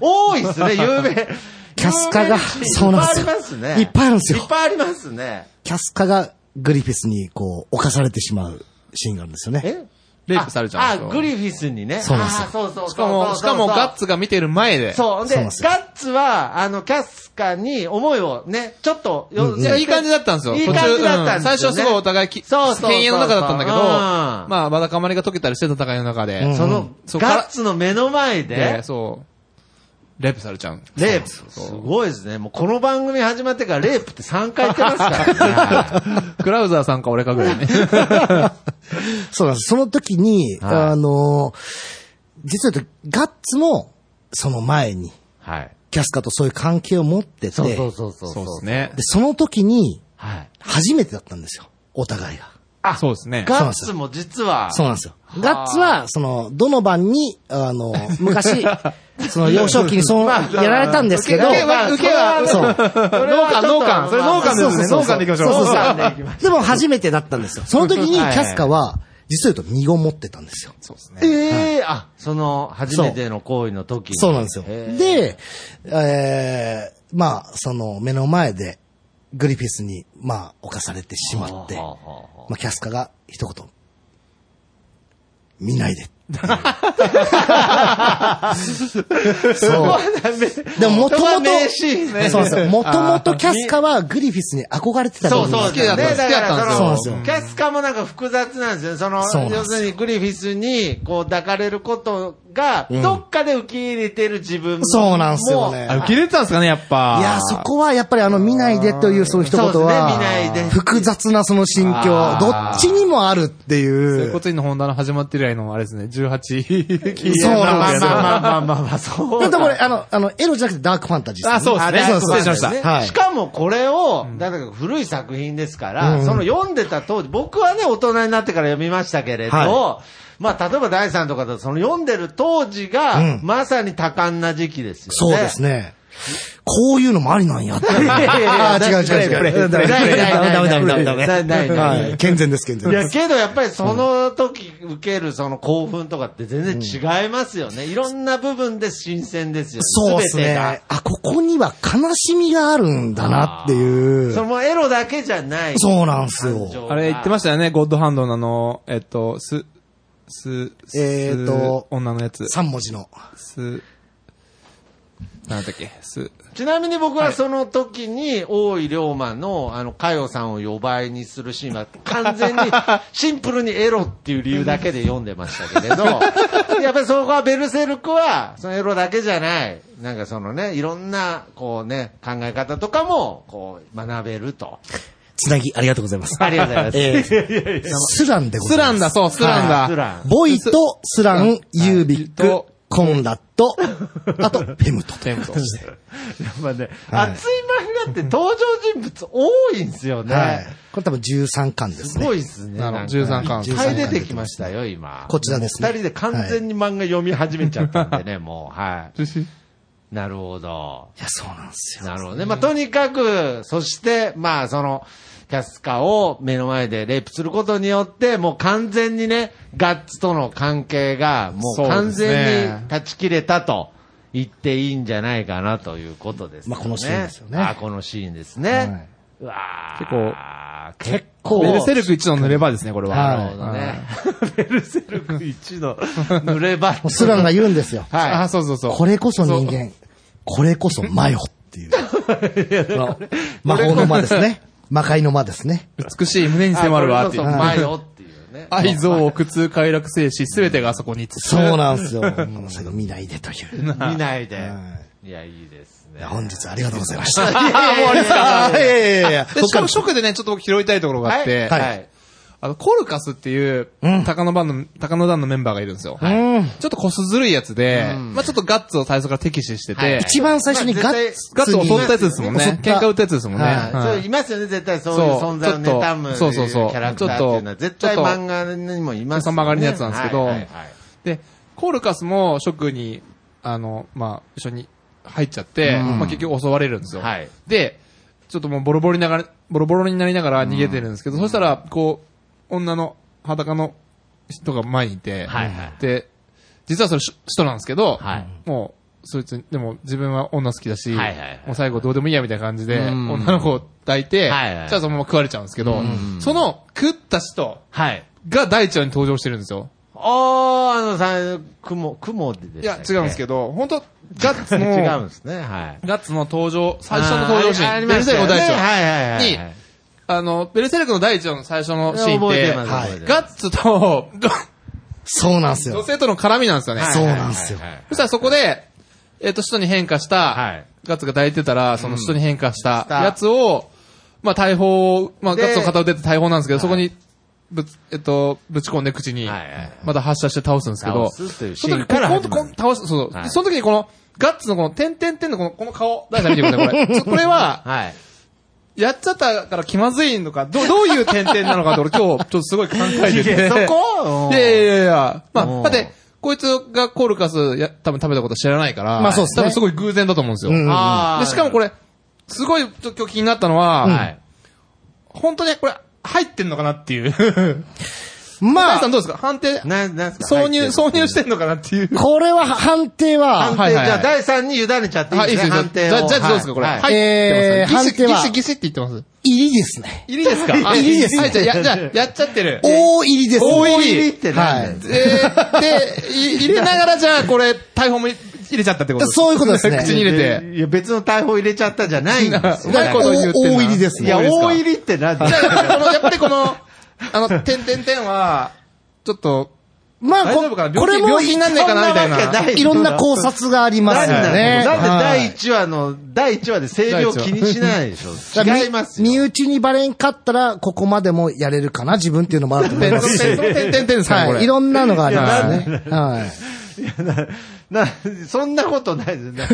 A: 多いですね、有 名。
C: キャスカが、
A: 有名なシーンいっぱいありますね。
C: いっぱいあるんですよ
A: いっぱいありますね。
C: キャスカがグリフィスにこう侵されてしまうシーンがあるんですよね。
A: え
B: レイプされちゃうんです
A: あ
B: よ
A: あ、グリフィスにね。
C: そうなんですよ
A: ああそうそうそうそうそう。
B: しかも、しかもガッツが見てる前で、
A: そう。で、
C: そうな
A: ガ
C: んですよ
A: ッツは、あの、キャスカに思いをね、ちょっとよ、
B: いや、いい感じだったんですよ。
A: いい感じだったんですよね
B: 途中うん最初はすごいお互いき、
A: そうそうそうそう
B: 犬猿の中だったんだけど、
A: うん
B: まあ、まだかまりが解けたりして戦いの中で、
C: うん
A: その、
B: そっから
A: ガッツの目の前
B: で、
A: で、
B: そう、レイプされちゃうん です。
A: レイプ。すごいですね。もうこの番組始まってからレイプって3回言ってますか らね。
B: クラウザーさんか俺かぐらいね。
C: そうなんです。その時に、
A: はい
C: あのー実は言うとガッツもその前に、
A: はい。
C: キャスカとそういう関係を持ってて、
A: そうそうそうそう。
B: そうです。ね
C: で。その時に
A: はい。
C: 初めてだったんですよ。お互いが。
A: あ、
B: そうですね。
A: ガッツも実は、
C: そうなんですよ。ガッツは、その、どの番に、あの、 昔、その、幼少期にそう、
A: まあ
C: やられたんですけど、
A: 受けは、受けは、
C: そう
A: それはちょっと
B: 農家農家それ農家ですね
C: そうそうそう
B: 農家でいきましょ
C: そうそう
A: 農
C: そ
A: 家で
C: う
A: いきましょう
C: でも初めてだったんですよ。その時にキ
A: はい
C: ャスカは、実を言うと身ごもってたんですよ。
B: そうですね。
A: ええ、あ、その、初めての行為の時に。
C: そうなんですよ。
A: へえ、
C: で、えー、まあ、その、目の前で、グリフィスに、まあ、侵されてしまって、
A: はあは
C: ま
A: あはあ
C: あ、キャスカが一言、見ないでってそう。でももと
A: 言葉
C: もと、
A: 名シーンね。
C: そうそう。もともとキャスカはグリフィスに憧れてた
A: そう
C: 部分
A: そう。
B: 好きだったんです
A: ねだから
B: 好
C: きだったんです
A: そ
C: よ
A: のキャスカもなんか複雑なんですよ。その、
C: そうなんですよ
A: 要するにグリフィスに、こう抱かれることが、
C: うん
A: どっかで受け入れてる自分も。
C: そうなんですよね
B: あ、受け入れてたんですかね、やっぱ。
C: いや、そこはやっぱりあの、見ないでというその一言
A: そうですね
C: は、
A: 見ないで
C: 複雑なその心境
B: あ、
C: ど
B: ー
C: っちにもあるっ
B: そ
C: て
B: う
C: い
B: いう
C: う。
B: ことにの本棚始まって以来の、あれですね、18期。
C: そう
A: まあ
C: な
A: ま
C: ん
A: あ
C: ですよ
A: まあまあまあまあ、そうなん
C: だって
A: だ。
C: これ、あの、あの、エロじゃなくてダークファンタジー
B: あそうですね
C: あそう
B: 失礼しました
C: そうですねはい
A: し。かもこれを、だから古い作品ですから、
C: うん
A: その読んでた当時、僕はね、大人になってから読みましたけれど、
C: は
A: まあ、例えば第三とかだと、その読んでる当時が、
C: うん
A: まさに多感な時期ですよね。
C: そうです
A: ね。
C: ね。こういうのもありなんやって。
A: いやいやいや
C: あー違う違う違う。
A: プレイプレイ
C: ダメダメダメダメダメダメ
A: ないないないない
C: はい健全です、健全
A: い
C: で
A: や、
C: す。
A: けどやっぱりその時受けるその興奮とかって全然違いますよね。いろんな部分で新鮮ですよね。
C: そうです
A: 全てが
C: ね。あ、ここには悲しみがあるんだなっていう。
A: そのエロだけじゃない。
C: そうなんですよ。
B: あれ言ってましたよね、ゴッドハンドのあの、えっと、す、す、す
C: えーと
B: 女のやつ。
C: 三文字の。
B: す、なんだっけ、す、
A: ちなみに僕はその時に、大井龍馬の、あの、かよさんを4倍にするシーンは、完全に、 シンプルにエロっていう理由だけで読んでましたけれ ど、やっぱりそこはベルセルクは、そのエロだけじゃない、なんかそのね、いろんな、こうね、考え方とかも、こう、学べると。
C: つなぎ、ありがとうございます。
A: ありがとうござい
C: え
A: ま
C: ー
A: す。いやいやいや
C: スランでご
B: ス
C: ざいます。
B: ランだ、そう、スラン
A: はいス
B: だ。
A: ラン
C: ボイとスラン、ユービッ
B: はい
C: ク
B: と、
C: コンラット、あと、ペムト。
B: テント。
A: まあね、
C: はい
A: 熱い漫画って登場人物多いんですよね。
C: はい。これ多分13巻です
A: す
C: ね。
A: ごいですね。
B: なるほど
A: なんか
B: 13巻
A: いっぱい出てきましたよ、今。
C: こちらですね
A: 二人で完全に漫画読み始めちゃったんでね、もう。はい。なるほど。
C: いや、そうなんですよ。
A: なるほどね。まあ、とにかく、そして、まあ、その、キャスカを目の前でレイプすることによって、もう完全にね、ガッツとの関係が、もう
B: そう
A: 完
B: ですね
A: 全に断ち切れたと言っていいんじゃないかなということですね。
C: まあこのシーンですよね
A: あ、このシーンですね。
C: はいう
A: わー結構、
B: ベルセルク1の濡れ場ですね、これは。
C: はい
A: なるほどね。 ベルセルク1の 濡れ場。
C: もうスランが言うんですよ。
A: はい
B: あ、そうそうそう。
C: これこそ人間。これこそ魔よって いう。まあ魔法の魔ですね。魔界の魔ですね。
B: 美しい胸に迫るわ、っていう
A: あこれこそ。前よっていうね。
B: 愛憎、苦痛、快楽、生死、すべてがあそこに。
C: そうなんですよ。もう最後見ないでという。
A: 見ないで
C: は。
A: いや、いいですね。
C: 本日ありがとうございました。い
B: あ、終わりですか。
C: やいやいやいや。
B: で、
C: こっ
B: し
C: か
B: からも、初期でね、ちょっと僕拾いたいところがあって、
A: はい。
C: は
A: はいい
B: あの、コルカスっていう、高野団の、高野団のメンバーがいるんですよ。
C: うん
B: ちょっとコスずるいやつで、まあちょっとガッツを最初から敵視してて、
A: はい
C: 一番最初にガッツに。
B: ガッツを襲ったやつですもん
C: 襲っ
B: ね。
C: た
B: 喧嘩打ったやつですもんね。
C: はい
B: は
A: そ
B: いう
A: いますよね、絶対そういう
B: そう
A: 存在を妬む
B: ちょっとそうそうそう
A: キャラクターっていうのは、絶対
B: ちょっと
A: 漫画にもいますよね。
B: そう曲がりのやつなんですけど
A: はいはいはい
B: で、コルカスも職に、あの、まあ、一緒に入っちゃって、
A: うん
B: まあ、結局襲われるんですよ。
A: はい
B: で、ちょっともうボロボロにながら、ボロボロになりながら逃げてるんですけど、そしたら、こう、女の裸の人が前にいて、
A: はいはい
B: で、実はそれし人なんですけど、
A: はい
B: もう、そいつに、でも自分は女好きだし、
A: はいはいはい
B: もう最後どうでもいいやみたいな感じで、
A: うん
B: 女の子を抱いて、
A: はいはい
B: じゃあそのまま食われちゃうんですけど、その食った人
A: はい。
B: が第一話に登場してるんですよ。
A: あー、あのさ、雲、雲で
B: いや、違うんです
A: ど。
B: けど、 本当ガッツの、
A: 違うんですね、はい。
B: ガッツの登場、最初の登場シ
A: ああ
B: ー
A: り
B: ン、
A: ま
B: ベル
A: し
B: セ
A: た
B: ル
A: よ
B: クの
A: ね
B: 第一話。
A: はいはいはい
B: にあの、ベルセルクの第一話の最初のシーンっ
A: 覚え
B: て、
A: てます
B: はい
A: 覚えてます
B: ガッツと、ど
C: そうなんです
B: 女
C: よ。
B: 性との絡みなんですよね
A: はい。
C: そうなんですよ
A: はいはいはい
B: そしたらそこで、えっと、人に変化し
A: は
B: た
A: い、
B: ガッツが抱いてたら、その人に変化し
A: したた
B: やつを、まあ、大砲を、まあ、
A: で
B: ガッツの片腕って大砲なんですけど、そこに、ぶつ、えっと、ぶち込んで口に
A: はいはいはい、
B: また発射して倒すんですけど、
A: 倒すというシ
B: そ
A: ー
B: の
A: ン
B: 時、
A: から
B: こ
A: 始
B: こ
A: まる
B: こ倒す、そうそ
A: は
B: う。
A: い
B: その時にこの、ガッツのこの、点々点のこの、この顔、大さん見てください、これ。 ちょこれは、
A: はい。
B: やっちゃったから気まずいのか、どう、どういう点々なのかって、俺今日、ちょっとすごい考えて
A: い
B: て。
A: やそこ
B: いやいやいや、ま
A: うん
B: あ、だって、こいつがコールカスや、多分食べたこと知らないから、
C: まあそうっすね
B: 多分すごい偶然だと思うんですよ。
C: うん
A: あー
B: でしかもこれ、すごいちょっと今日気になったのは、
A: はい。
B: 本当にこれ、入ってんのかなっていう。
C: ま
B: 大
C: あ
B: さん、どうですか判定、
A: な、なんすか。
B: 挿入、挿入しててんのかなっていう。
C: これは判定は、
A: 判定、
B: はいはいはい
A: じゃあ、第3に委ねちゃっていいですね、判定
B: じゃ
A: を。
B: あ、ジャッジどうですか、これ。
A: はい
B: は
A: はい
B: い。
C: え
B: ギ
C: ー
B: シ
C: 判定は
B: ギシギシって言ってます。
C: 入りですね。
B: 入りですか
C: 入りです
B: はい、 じゃあ、や、じゃあやっちゃってる。
C: 大入りです。
B: 大入り
A: 入りってなんだよ
C: はい
B: えーで、い入れながら、じゃあ、これ、逮捕も入れちゃったってこと
C: そういうことですね
B: 口に入れて。
A: いや、別の逮捕入れちゃったじゃないんですよ。
B: うまいこと言ってんな
C: 大入りです
A: い
C: ね
A: や、
B: 大
A: 大入
B: 入
A: りってなんだ
B: じゃ
A: よ
B: あ、この、やっぱりこの、あの、点点点は、ちょっと、
C: まあ、
B: 大丈
C: こ
B: 夫かな
C: これも
B: 病気病気になんねえかなみたい
A: そんわけ
B: な。
C: いろんな考察がありますよ
A: なんだ
C: ね。
A: なんで
C: はい
A: 第1話の、第1話で声量気にしないでしょ。違いますよ。
C: 身内にバレン勝ったら、ここまでもやれるかな、自分っていうのもあると思い
B: 点
C: ま
B: 々
C: すし。
B: 点々点々ですかね、こ
C: はい。
B: れ
C: い。ろんなのがあります
B: い
C: ね。はい。
A: な、そんなことないですよ。な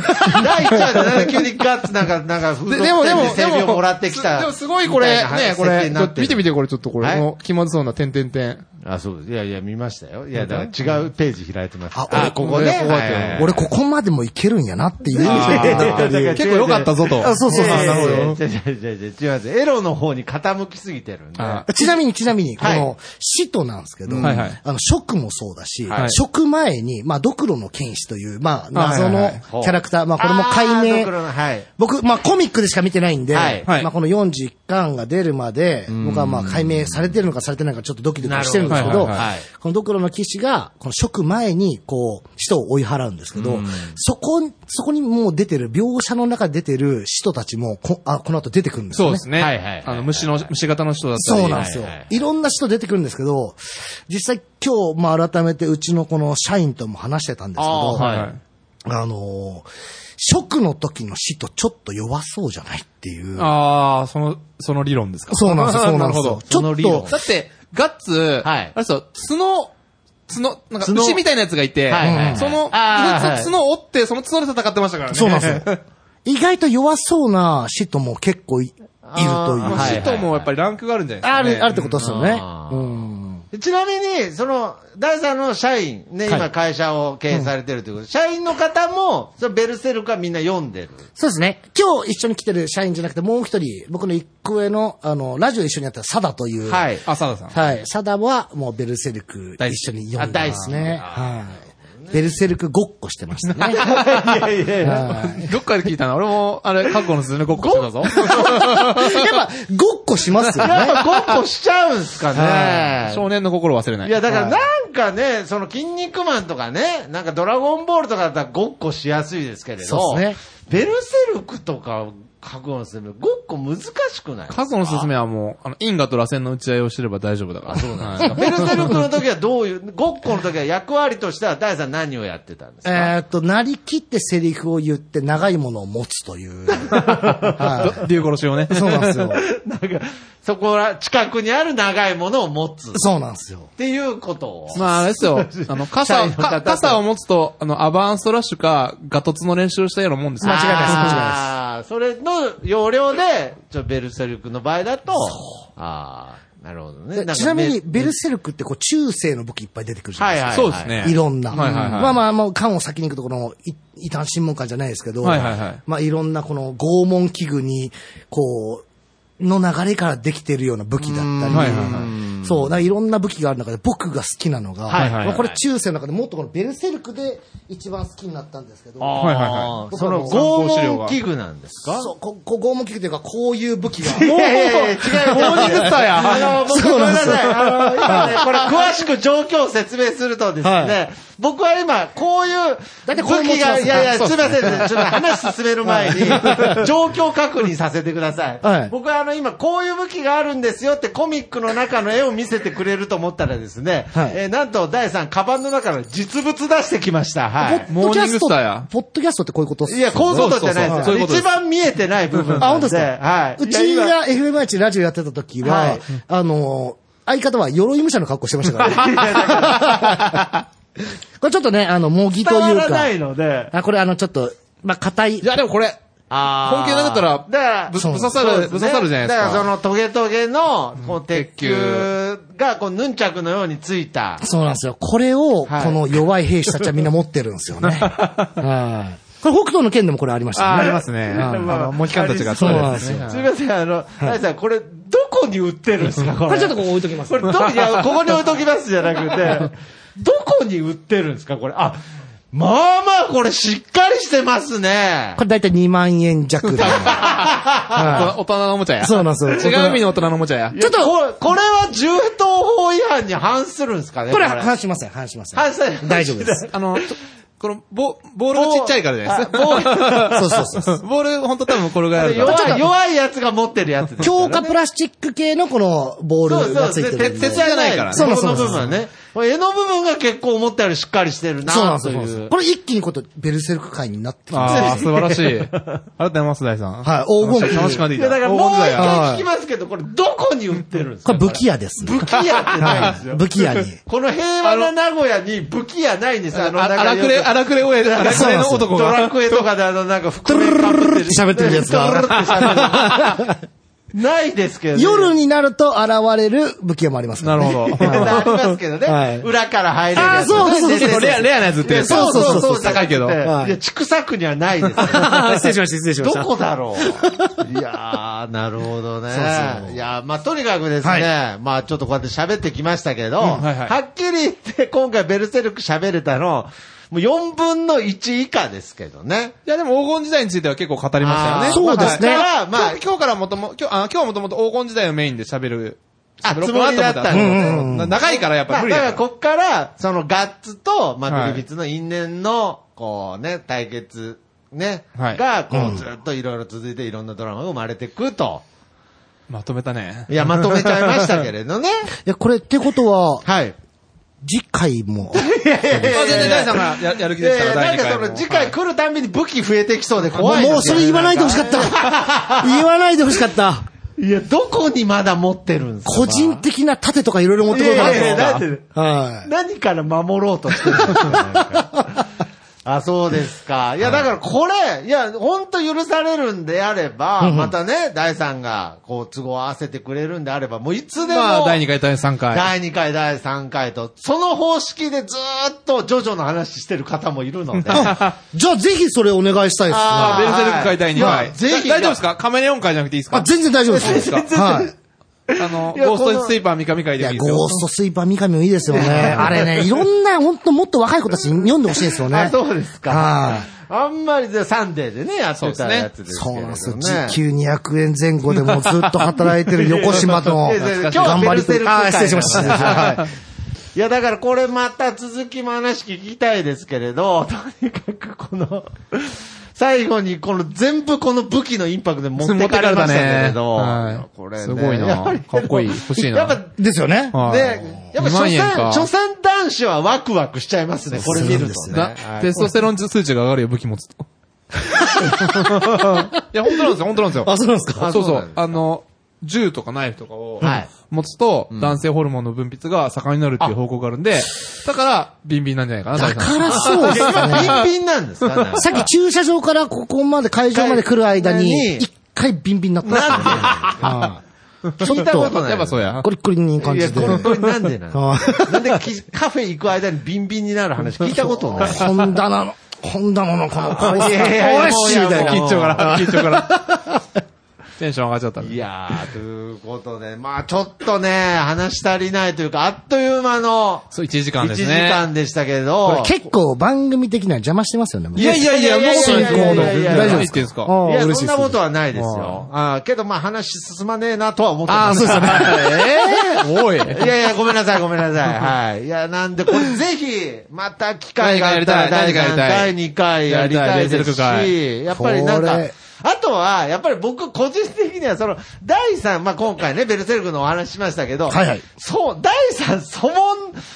A: 第1話でなんか急にガッツなんか、なんか、風
B: で
A: 俗
B: でも、で
A: 店で
B: も、で
A: 声量
B: も、
A: もらってきた。
B: すでもすごいこれ、ね、これ、ちょっと見てみ
A: て。
B: て、これちょっとこれ、
A: はい
B: この気まずそうな点点点。
A: あ、そうです。いやいや、見ましたよ。いや、だから違うページ開いてます。
C: あ俺
A: ここね。
B: ここだけ
A: はい
C: 俺、ここまでもいけるんやなっていう。
B: 結構良かったぞと。
C: あそうそうそう
A: なるほ
B: ほ
A: ど。違う違う違う違います。エロの方に傾きすぎてるんで。
B: あ
C: ちなみに、ちなみに、こ
A: はい
C: の、使徒なんですけど、
B: はいはい
C: あの、職もそうだし、
B: はい
C: 職前に、まあ、ドクロの剣士という、まあ、謎
B: はい
C: の
B: はいはい
A: ほう
C: キャラクター、まあ、これも解
A: あード
C: 明
A: クロのはい。
C: 僕、まあコミックでしか見てないんで、
A: はい
B: はい
C: まあこの41巻が出るまで、僕はまあ解明されてるのかされてないのかちょっとドキドキしてるんですけ
B: なる
C: ど、
B: ほどはい
A: はいはい
C: このドクロの騎士が、この職前にこう、使徒を追い払うんですけど、そこ、そこにもう出てる、描写の中で出てる使徒たちもこ、あ、この後出てくるんです
B: そう
C: よ
B: で
C: ね。
B: すね。
A: はいはいはい
B: あの、虫の、虫型の人だったり。
C: そうなんですよ
A: はいはいはい。
C: いろんな人出てくるんですけど、実際今日、まあ改めてうちのこの社員とも話してたんですけど、
A: あーはい
B: はい。
C: あのー、食の時の死とちょっと弱そうじゃないっていう。
B: ああ、その、その理論ですか。
C: そうなんです よ、そうなんで す
B: なる
C: よ
B: ほ。
C: ち
A: その
C: ょっ
A: 理論
C: と、
B: ど。だって、ガッツ、
A: はい
B: あれそう、角、角、なんか
A: 角
B: 牛みたいなやつがいて、
A: はいはいはい
B: その、
A: あーはい
B: 角を折って、その角で戦ってましたからね。
C: そうな んで すよ。意外と弱そうな死とも結構いいるという。
A: あーはい
B: 死ともやっぱりランクがあるんじゃな
C: あ
B: いです
C: る、
B: か、ね。
C: あるってことですよね。
A: あ
C: う
A: ー
C: ん。
A: ちなみに、その、第三の社員、ね、
B: はい
A: 今会社を経営されてるということで、社員の方も、そのベルセルカみんな読んでる。
C: そうですね。今日一緒に来てる社員じゃなくて、もう一人、僕の一個上の、あの、ラジオ一緒にやったサダという。。
A: はい い。
B: あ、サダさん。
C: はい。サダは、もうベルセルク一緒に読んでますね。はい。ベルセルクごっこしてましたね。
A: いやいや
C: はい
B: どっかで聞いたな。俺も、あれ、過去の鈴のごっこしてたぞ。
C: やっぱ、ごっこしますよ ね。
A: やっぱごっこしちゃうんすかね。
B: 少年の心を忘れないい。
A: や、だからなんかね、その、筋肉マンとかね、なんかドラゴンボールとかだったらごっこしやすいですけれど、
C: そうです
A: ベルセルクとか、覚悟するの、ごっこ難しくない
B: 過去のすすめはもう、あの、因果と螺旋の打ち合いをしてれば大丈夫だから。そうなんですか。
A: ベルセルクの時はどういう、ごっこの時は役割としては、第三何をやってたんですか、
C: えーっと、なりきってセリフを言って長いものを持つという。は
B: 竜殺しをね。
C: い。そうなんですよ。
A: なんか、そこら、近くにある長いものを持つ。っ
C: そうなんですよ。
A: ていうことを。
B: まあ、あれですよ。あの、
A: 社
B: 傘、
A: 員の方
B: か傘を持つと、あの、アバンストラッシュか、ガトツの練習をしたようなもんですよ
C: 間違いないです
A: あーそれの要領で、ちょ、ベルセルクの場合だと、ああ、なるほどね。んか
C: ちなみに、
A: め
C: ベルセルクってこう、中世の武器いっぱい出てくるじゃな
A: はいい
C: です
A: はい
C: か。
A: はい。
B: そうですね。
C: いろんな。
B: はいはいはい。
C: まあまあ、もう、缶を先に行くところの、い異端審問官じゃないですけど、
B: はいはいはい
C: まあ、いろんなこの拷問器具に、こう、の流れからできてるような武器だったり、
B: はいはいはい
C: そう、なんかいろんな武器がある中で僕が好きなのが、
A: はい
B: はいはい
C: まあこれ中世の中でもっとこのベルセルクで一番好きになったんですけど、
A: あー
B: はいはい
A: その、
C: 僕
B: はもう参考資
A: 拷
B: 料
A: 問
B: が
A: 器具なんですか
C: そう、ここ拷問器具というか、こういう武器が。
A: いやいやいや違う。
B: 棒に草や
A: あの、僕ご
C: そう
A: めん
C: なん
A: な
C: ですよ
A: さい。あの、今ね、これ詳しく状況を説明するとですね、
C: はい
A: 僕は今、こういう
C: だってこ
A: 武
C: れ持
A: 器
C: ちま
A: が、
C: す
A: いやい
C: そ
A: や、
C: う
A: すいません、ちょっと話進める前に、状況確認させてください。
C: はい
A: 僕はあの、今、こういう武器があるんですよってコミックの中の絵を見せてくれると思ったらですね、
C: はい
A: えーなんと、第3、カバンの中の実物出してきました。はい。
C: ポッドキ
B: モー
C: ャスト
B: ニングスターや
C: ポッドキャストってこういうことっす
A: いや、こういうことじゃないです
B: そうそうそうそう
A: よ
B: いうことです
A: 一番見えてない部分
C: あ、
A: なん
C: 本
A: で。
C: 当ですか
A: はい。
C: うち
A: いや
C: が FMH ラジオやってた時は、
A: はい
C: あのー、相方は鎧武者の格好してましたからね。これちょっとね、あの、模擬と
A: 伝わ
C: いう
A: らない
C: か、
A: ので、
C: あこれあの、ちょっと、まあ、硬い
B: い。や、でもこれ、
A: 本
B: 本気でなかったら
A: だから、
B: ぶぶ
C: そう
B: 刺
A: そ
B: さ
A: う
B: る、
A: です
B: ぶ
A: ね
B: 刺さるじゃないで
A: だ
B: す
A: からそ
B: か。
A: のトゲトゲの、こう、鉄球
B: 球
A: が、こう、ヌンチャクのようについた。
C: そうなんですよ。これを、
A: はい
C: この弱い兵士たちはみんな持ってるんですよね。はい。これ北斗の剣でもこれありました
B: あ
C: ね。
B: ありますね。
A: まあ
B: あの、モヒカンたちが
C: そうなんですよ
B: はい
A: すみません、あの、大地さん、これ、どこに売ってるんですか、これ。
D: これちょっとここ置いときます
A: こ。れどこ、いや、ここに置いときますじゃな くて、どこに売ってるんですか、これ。あ、まあまあ、これしっかりしてますね
C: こ。れだいたい2万円弱で。は
B: 大人のおもちゃや。
C: いそうなんですよ。
B: 違う意味の大人のおもちゃや。
A: ちょっと、これ、これは銃刀法違反に反するんですかね
C: これは
A: 反
C: 話しません、話しません。
A: 反する。
C: 大丈夫です。
B: あの、ちょこの、ボ、ボールがちっちゃいからじゃないですか。
C: そうそうそ う。
B: ボール、ほんと多分転がるから。
A: 弱い、弱いやつが持ってるやつですから
C: 強化プラスチック系のこのボ
A: そ
C: ー
A: う
C: ル
A: そ
C: が
A: う
C: ついてるん
A: で
C: で。
A: 鉄鉄じゃないからね。
C: そうそうそ
A: この部
C: う
A: 分はね。これ絵の部分が結構思ったよりしっかりしてるな
C: そうなん
A: とい
C: ですよ。
A: う。
C: これ一気にことベルセルク界になってきま
B: ああ、素晴らしい。ありがとうございます、大地さん。
C: はい黄金期
B: 楽しくなって
A: い
B: き
A: や、
B: た。
A: だからもう
B: 黄金
A: 一
B: 時代
A: 回
B: や
A: 聞きますけど、これどこに売ってるんです
C: す。こ
A: か
C: れ武器屋ですね
A: 武。器屋ってないんですよ。
C: 武器屋に。
A: この平和な名古屋に武器屋ないんですよ。あの、なんか
B: 荒くれ、荒くれ親で、荒くれの男
A: ドラ
B: が。
A: クエとかであの、なんか服
C: 喋ってるやつが
A: ドルルルって喋ってるないですけどね。
C: 夜になると現れる武器屋もありますか
B: な
C: ら
B: る
C: ね。
B: ほど。
A: ありますけど
C: は
A: ね
C: い。
A: 裏から入れるやつ。
C: あそうそうそう
A: で
B: 結構レア、レアなやつっ
A: で
B: て。
A: そうそうそうそう。
B: 高いけど。
A: い
C: はい
A: や、畜産区にはないですよ。
C: 失礼しました、失礼し
A: どこだろういやー、なるほどね。いやーまあとにかくですね、まあちょっとこうやって喋ってきましたけど、
B: はいはい
A: っきり言って今回ベルセルク喋れたの、もう4分の1以下ですけどね。
B: いやでも黄金時代については結構語りましたよ
A: あー
B: ね。
C: そうです
B: ま
C: ね
B: あだから
A: まあ
B: 今日今日からもとも、今日、あ今日はもともと黄金時代をメインで喋る。
A: あ
B: 喋ろう
A: つも
B: かなと思
A: りだったの
B: うんうんうんな長いからやっ
A: ま
B: ぱ
A: あ
B: 無理
A: だ
B: だ
A: か
B: からら。
A: こっから、そのガッツと、ま
B: は
A: あ
B: い
A: ドリフィッツの因縁の、こうね、対決、ね、
B: はい
A: が、こうずっといろいろ続いていろんなドラマが生まれてくと。
B: まとめたね。
A: いや、まとめちゃいました けれどね。
C: いや、これってことは、
A: はい。
C: 次回も。
B: まあ全然大さんがややる気
A: い
B: で
A: や
B: した
A: い
B: ら
A: やなん
B: 第2
A: かそ
B: 回
A: の
B: も。
A: 次回来るたんびに武器増えてきそうで怖いですよね
C: もうそれ言わないでほしかった。言わないでほしかった。
A: いや、どこにまだ持ってるんですか
C: 個人的な盾とかいろいろ持ってこようか
A: いやいやいや
C: な
A: だ
C: と
A: っ
C: 思
A: て
C: った。はい。
A: 何から守ろうとしてるんですかなんか あ、そうですか。いや、だからこれ、いや、ほんと許されるんであれば、またね、第3が、こう、都合合わせてくれるんであれば、もういつでも、
B: まあ第2回、第3回。
A: 第2回、第3回と、その方式でずーっとジョジョの話してる方もいるの で。
C: じゃあぜひそれお願いしたいですね。
A: あ
B: ベルセルク会第2
A: いや
B: 回。
A: ぜひ
B: だ大丈夫ですかカメレオン会じゃなくていいです
C: あ、
B: か
C: 全然大丈夫です。
B: 全然
C: はい。
B: あの、
A: いや
B: ゴーストスイーパー三上会
C: い
B: でも
C: や、
B: いいですよ。
C: ゴーストスイーパー三上もいいですよね。あれね、いろんな、ほんともっと若い子たちに読んでほしいですよ
A: あ、
C: ね。
A: そうですか
C: は。
A: あんまりでサンデーでね、やってたやつですけ
C: そう
A: れど
C: なん
A: ね。
C: ですよ。時給200円前後でもうずっと働いてる横島の
A: いやいやいや今日は
C: 頑張
A: ベル
C: り
A: セル
C: と。
A: ク会
C: あー、失礼しました。失 礼しましたはい
A: いや、だからこれまた続きも話聞きたいですけれ ど、とにかくこの、最後にこの全部この武器のインパクトで持ってかれましたけれど、
B: はい
A: これね
B: すごいな
A: やぱり
B: かっこいい欲しいな
A: やっぱ
C: ですよね。
B: はい
A: ね、やっぱ初
B: 二万円
A: 戦、
B: か
A: 初戦男子はワクワクしちゃいますね、これ見ると
C: そう
A: ね
B: だ。
A: はい
B: テストステロン数値が上がるよ、武器持 つと。いや、本当なんですよ、本当なんですよ。
C: あ、そうなんですか
A: あ
B: そう
A: そう
B: そ
A: なん
B: う
A: で。
B: あの、銃とかナイフとかを
A: はい
B: 持つと、男性ホルモンの分泌が盛んになるっていう報告があるんで、だから、ビンビンなんじゃないかな、
C: だ
B: 大さ
C: か
B: ん。
C: らそう ですよね。
A: 今、ビンビンなんですかね。
C: さっき駐車場からここまで会場まで来る間
A: はい
C: に、一回ビンビンになったんですよね はい
A: 聞いたことない。
B: やっぱそうや。
C: コリッコリにいい感
A: いや、
C: じで。
A: これ、これなんでなん
C: は
A: なんできカフェ行く間にビンビンになる話聞いたことない。
C: ホンダなの、ホンダののこの、これ、
A: いやいやいや
C: おいしいみたい
A: もういやもう
B: 緊
C: な。
B: 張から、緊張から。テンション上がっちゃったね
A: いやー、ということで、まあちょっとね、話し足りないというか、あっという間の
B: そう、1時間
A: 1
B: です
A: 時
B: ね。
A: 間でしたけ
C: こ
A: ど
C: れ、結構番組的には邪魔してますよね。
B: いやいやいや、もう
A: 進行の
B: 大丈夫ですか
C: ああ
A: いや、
C: 嬉
A: そ
C: し
A: ん
C: い
A: な
C: です
A: ことはないですよ。あーけど、まあ話進まねえなとは思って
B: あ
A: ま
B: あ、
A: す。
B: そうですね。 ええおい。
A: いやいや、ごめんなさい、ごめんなさい。はい。いや、なんで、これぜひ、また機会があったら
B: 第
A: 第
B: 二回やりたい
A: 2
B: 第
A: 回やりたいです
B: やりたい
A: し、やっぱりなん
C: こ
A: か
C: れ、
A: あとは、やっぱり僕個人的には、その、第3、まあ、今回ね、ベルセルクのお話しましたけど、
C: はいはい
A: そう、第3、その、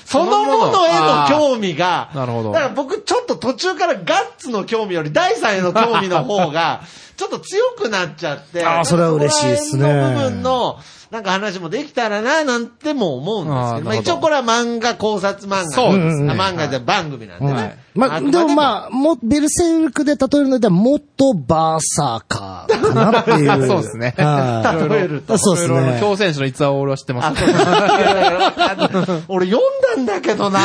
A: そのものへの興味が、
B: なるほど
A: だから僕、ちょっと途中からガッツの興味より、第3への興味の方が、ちょっと強くなっちゃって、
C: あーそれは嬉しいですね
A: そこら辺の部分のの、なんか話もできたらな、なんても思うんですけど、
B: あーな
A: まあ
B: るほど
A: 一応これは漫画、考察漫画。
B: そうです
C: ね
A: あ漫画じゃ番組なんで
C: は
A: ね
C: い。まあ、でもまあ、も、ベルセルクで例えるのでは、元バーサーカーかなってい う。
B: そうですね
C: は
A: 例えると。
C: い。そうです
B: いろいろ
C: ね。
B: 挑戦者の逸話を俺は知ってま
A: あ
B: す。
A: そう だから俺読んだんだけどな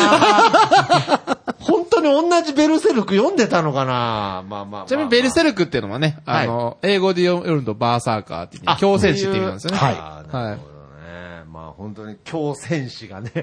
A: 本当にに同じベルセルク読んでたのかなまあまあまあ。
B: ちなみにベルセルクっていうのはね、
A: は
B: あ
A: い
B: の、英語で読むとバーサーカーっていう
A: あ、
B: 強戦士っていう意味なんですよね。
A: はいい。あーなるほどね。まあ本当に強戦士がね、
B: は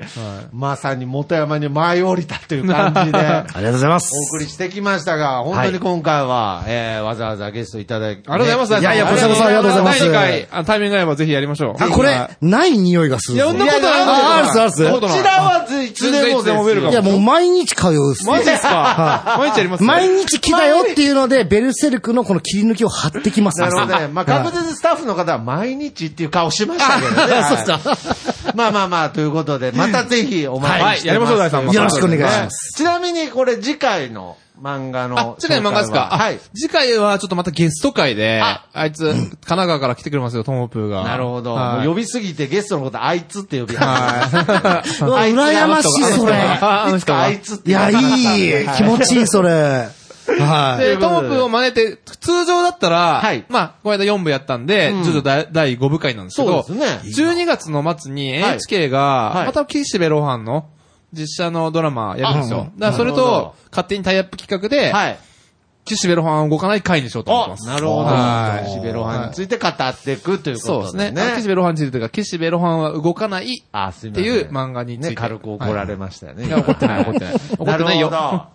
A: まさに元山に舞い降りたという感じで。
C: ありがとうございます。
A: お送りしてきましたが、本当に今回は、えー、わざわざゲストいただき、
B: ありがとうございま
A: ね
B: す。
A: いやいや、
C: こちらこそありがとうございます
B: 第2回、あタイミングが合えばぜひやりましょう。
C: あ、これ、ない匂いがする
B: い
C: ぞ。
B: や、そんなことない
C: ああるっすあるっす
B: そんな
A: こ
B: こと
A: ち
B: ない
A: らはいつでも
B: いつでもウェルカム
C: いや、もう毎日通うっす。
B: マジですか毎日やります
C: 毎日来たよっていうので、ベルセルクのこの切り抜きを貼ってきます。
A: なるほど ね。まあ、
C: はい
A: 確実にスタッフの方は毎日っていう顔しましたけどね。はいまあまあまあ、ということで、またぜひお待ちしてます。
B: はいやりましょう大さん
C: よろしくお願いします。
A: ちなみにこれ次回の漫画
B: あ
A: の、。
B: 次回漫画ですか
A: は
B: あ
A: い。
B: 次回はちょっとまたゲスト会で、
A: あ
B: あいつ、神奈川から来てくれますよ、トモプーが。
A: なるほど。
B: はい
A: もう呼びすぎてゲストのことあいつって呼びま
B: は
A: す。
C: うわ
A: あいつ
C: 羨ましいそれ
A: あの人がいつかあいつって
C: い
A: 言っ
C: や、
A: て
C: い
A: くれた
C: い、気持ちい い、それ。
B: い。
C: はい。
B: で、トモプーを真似て、通常だったら、
A: はい
B: まあ、この間4部やったんで、
A: うん
B: 徐々第第5部会なんですけ
A: そう
B: ど、
A: ですね。
B: 12月の末に
A: はい
B: NHK が、
A: はい
B: また岸辺露伴の実写のドラマやるんですよ。
A: あ
B: だからそれ
A: なるほ
B: と
A: ど、
B: 勝手にタイアップ企画で、
A: はい。
B: 岸辺露伴は動かない回にしようと思ってます。
A: なるほど。
B: はい
A: 岸辺露伴について語っていくという
B: そ
A: こ
B: うで
A: と
B: す
A: で
B: ね。
A: ね。
B: あ岸辺露伴についてというか、岸辺露伴は動かないっ
A: あ、すいま
B: て
A: せん。
B: いう漫画について。
A: ね、軽く怒られましたよね。
B: いや怒ってない怒 ってない怒ってないよ
A: るほど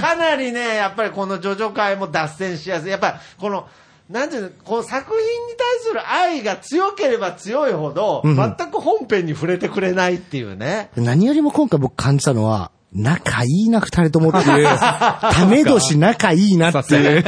A: かなりね、やっぱりこのジョジョ界も脱線しやすい。やっぱりこの、なんていうの、この作品に対する愛が強ければ強いほど、
C: うん
A: 全く本編に触れてくれないっていうね。
C: 何よりも今回僕感じたのは、仲いいな、二人ともっていう、ため年仲いいなっていう、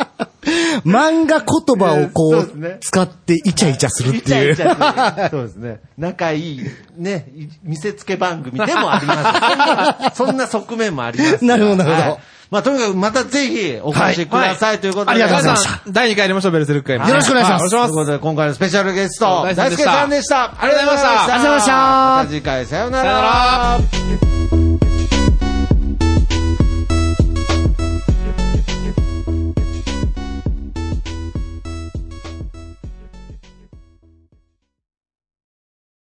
C: 漫画言葉をこ
A: そうですね
C: う、使ってイチャイチャする
A: イ
C: って
A: チャ
C: い
A: イ
C: う
A: チ。ャする。そうですね。仲いい、ね、い見せつけ番組でもあります。そんなそんな側面もあります。
C: なるほどなるほど
A: はいまあ、とにかくまたぜひお越しくださいということで。
C: ありがとうございま
B: 皆
C: した
B: さん、第2回やりましょう、ベルセルク会もね。
C: よろしくお願いします
B: は
A: ということで、今回のスペシャルゲスト、
B: 大輔
A: 大輔さんでした。
B: ありがとうございました
A: ありがとうございました。
C: あ
A: また次回、さような
B: さような
A: ら。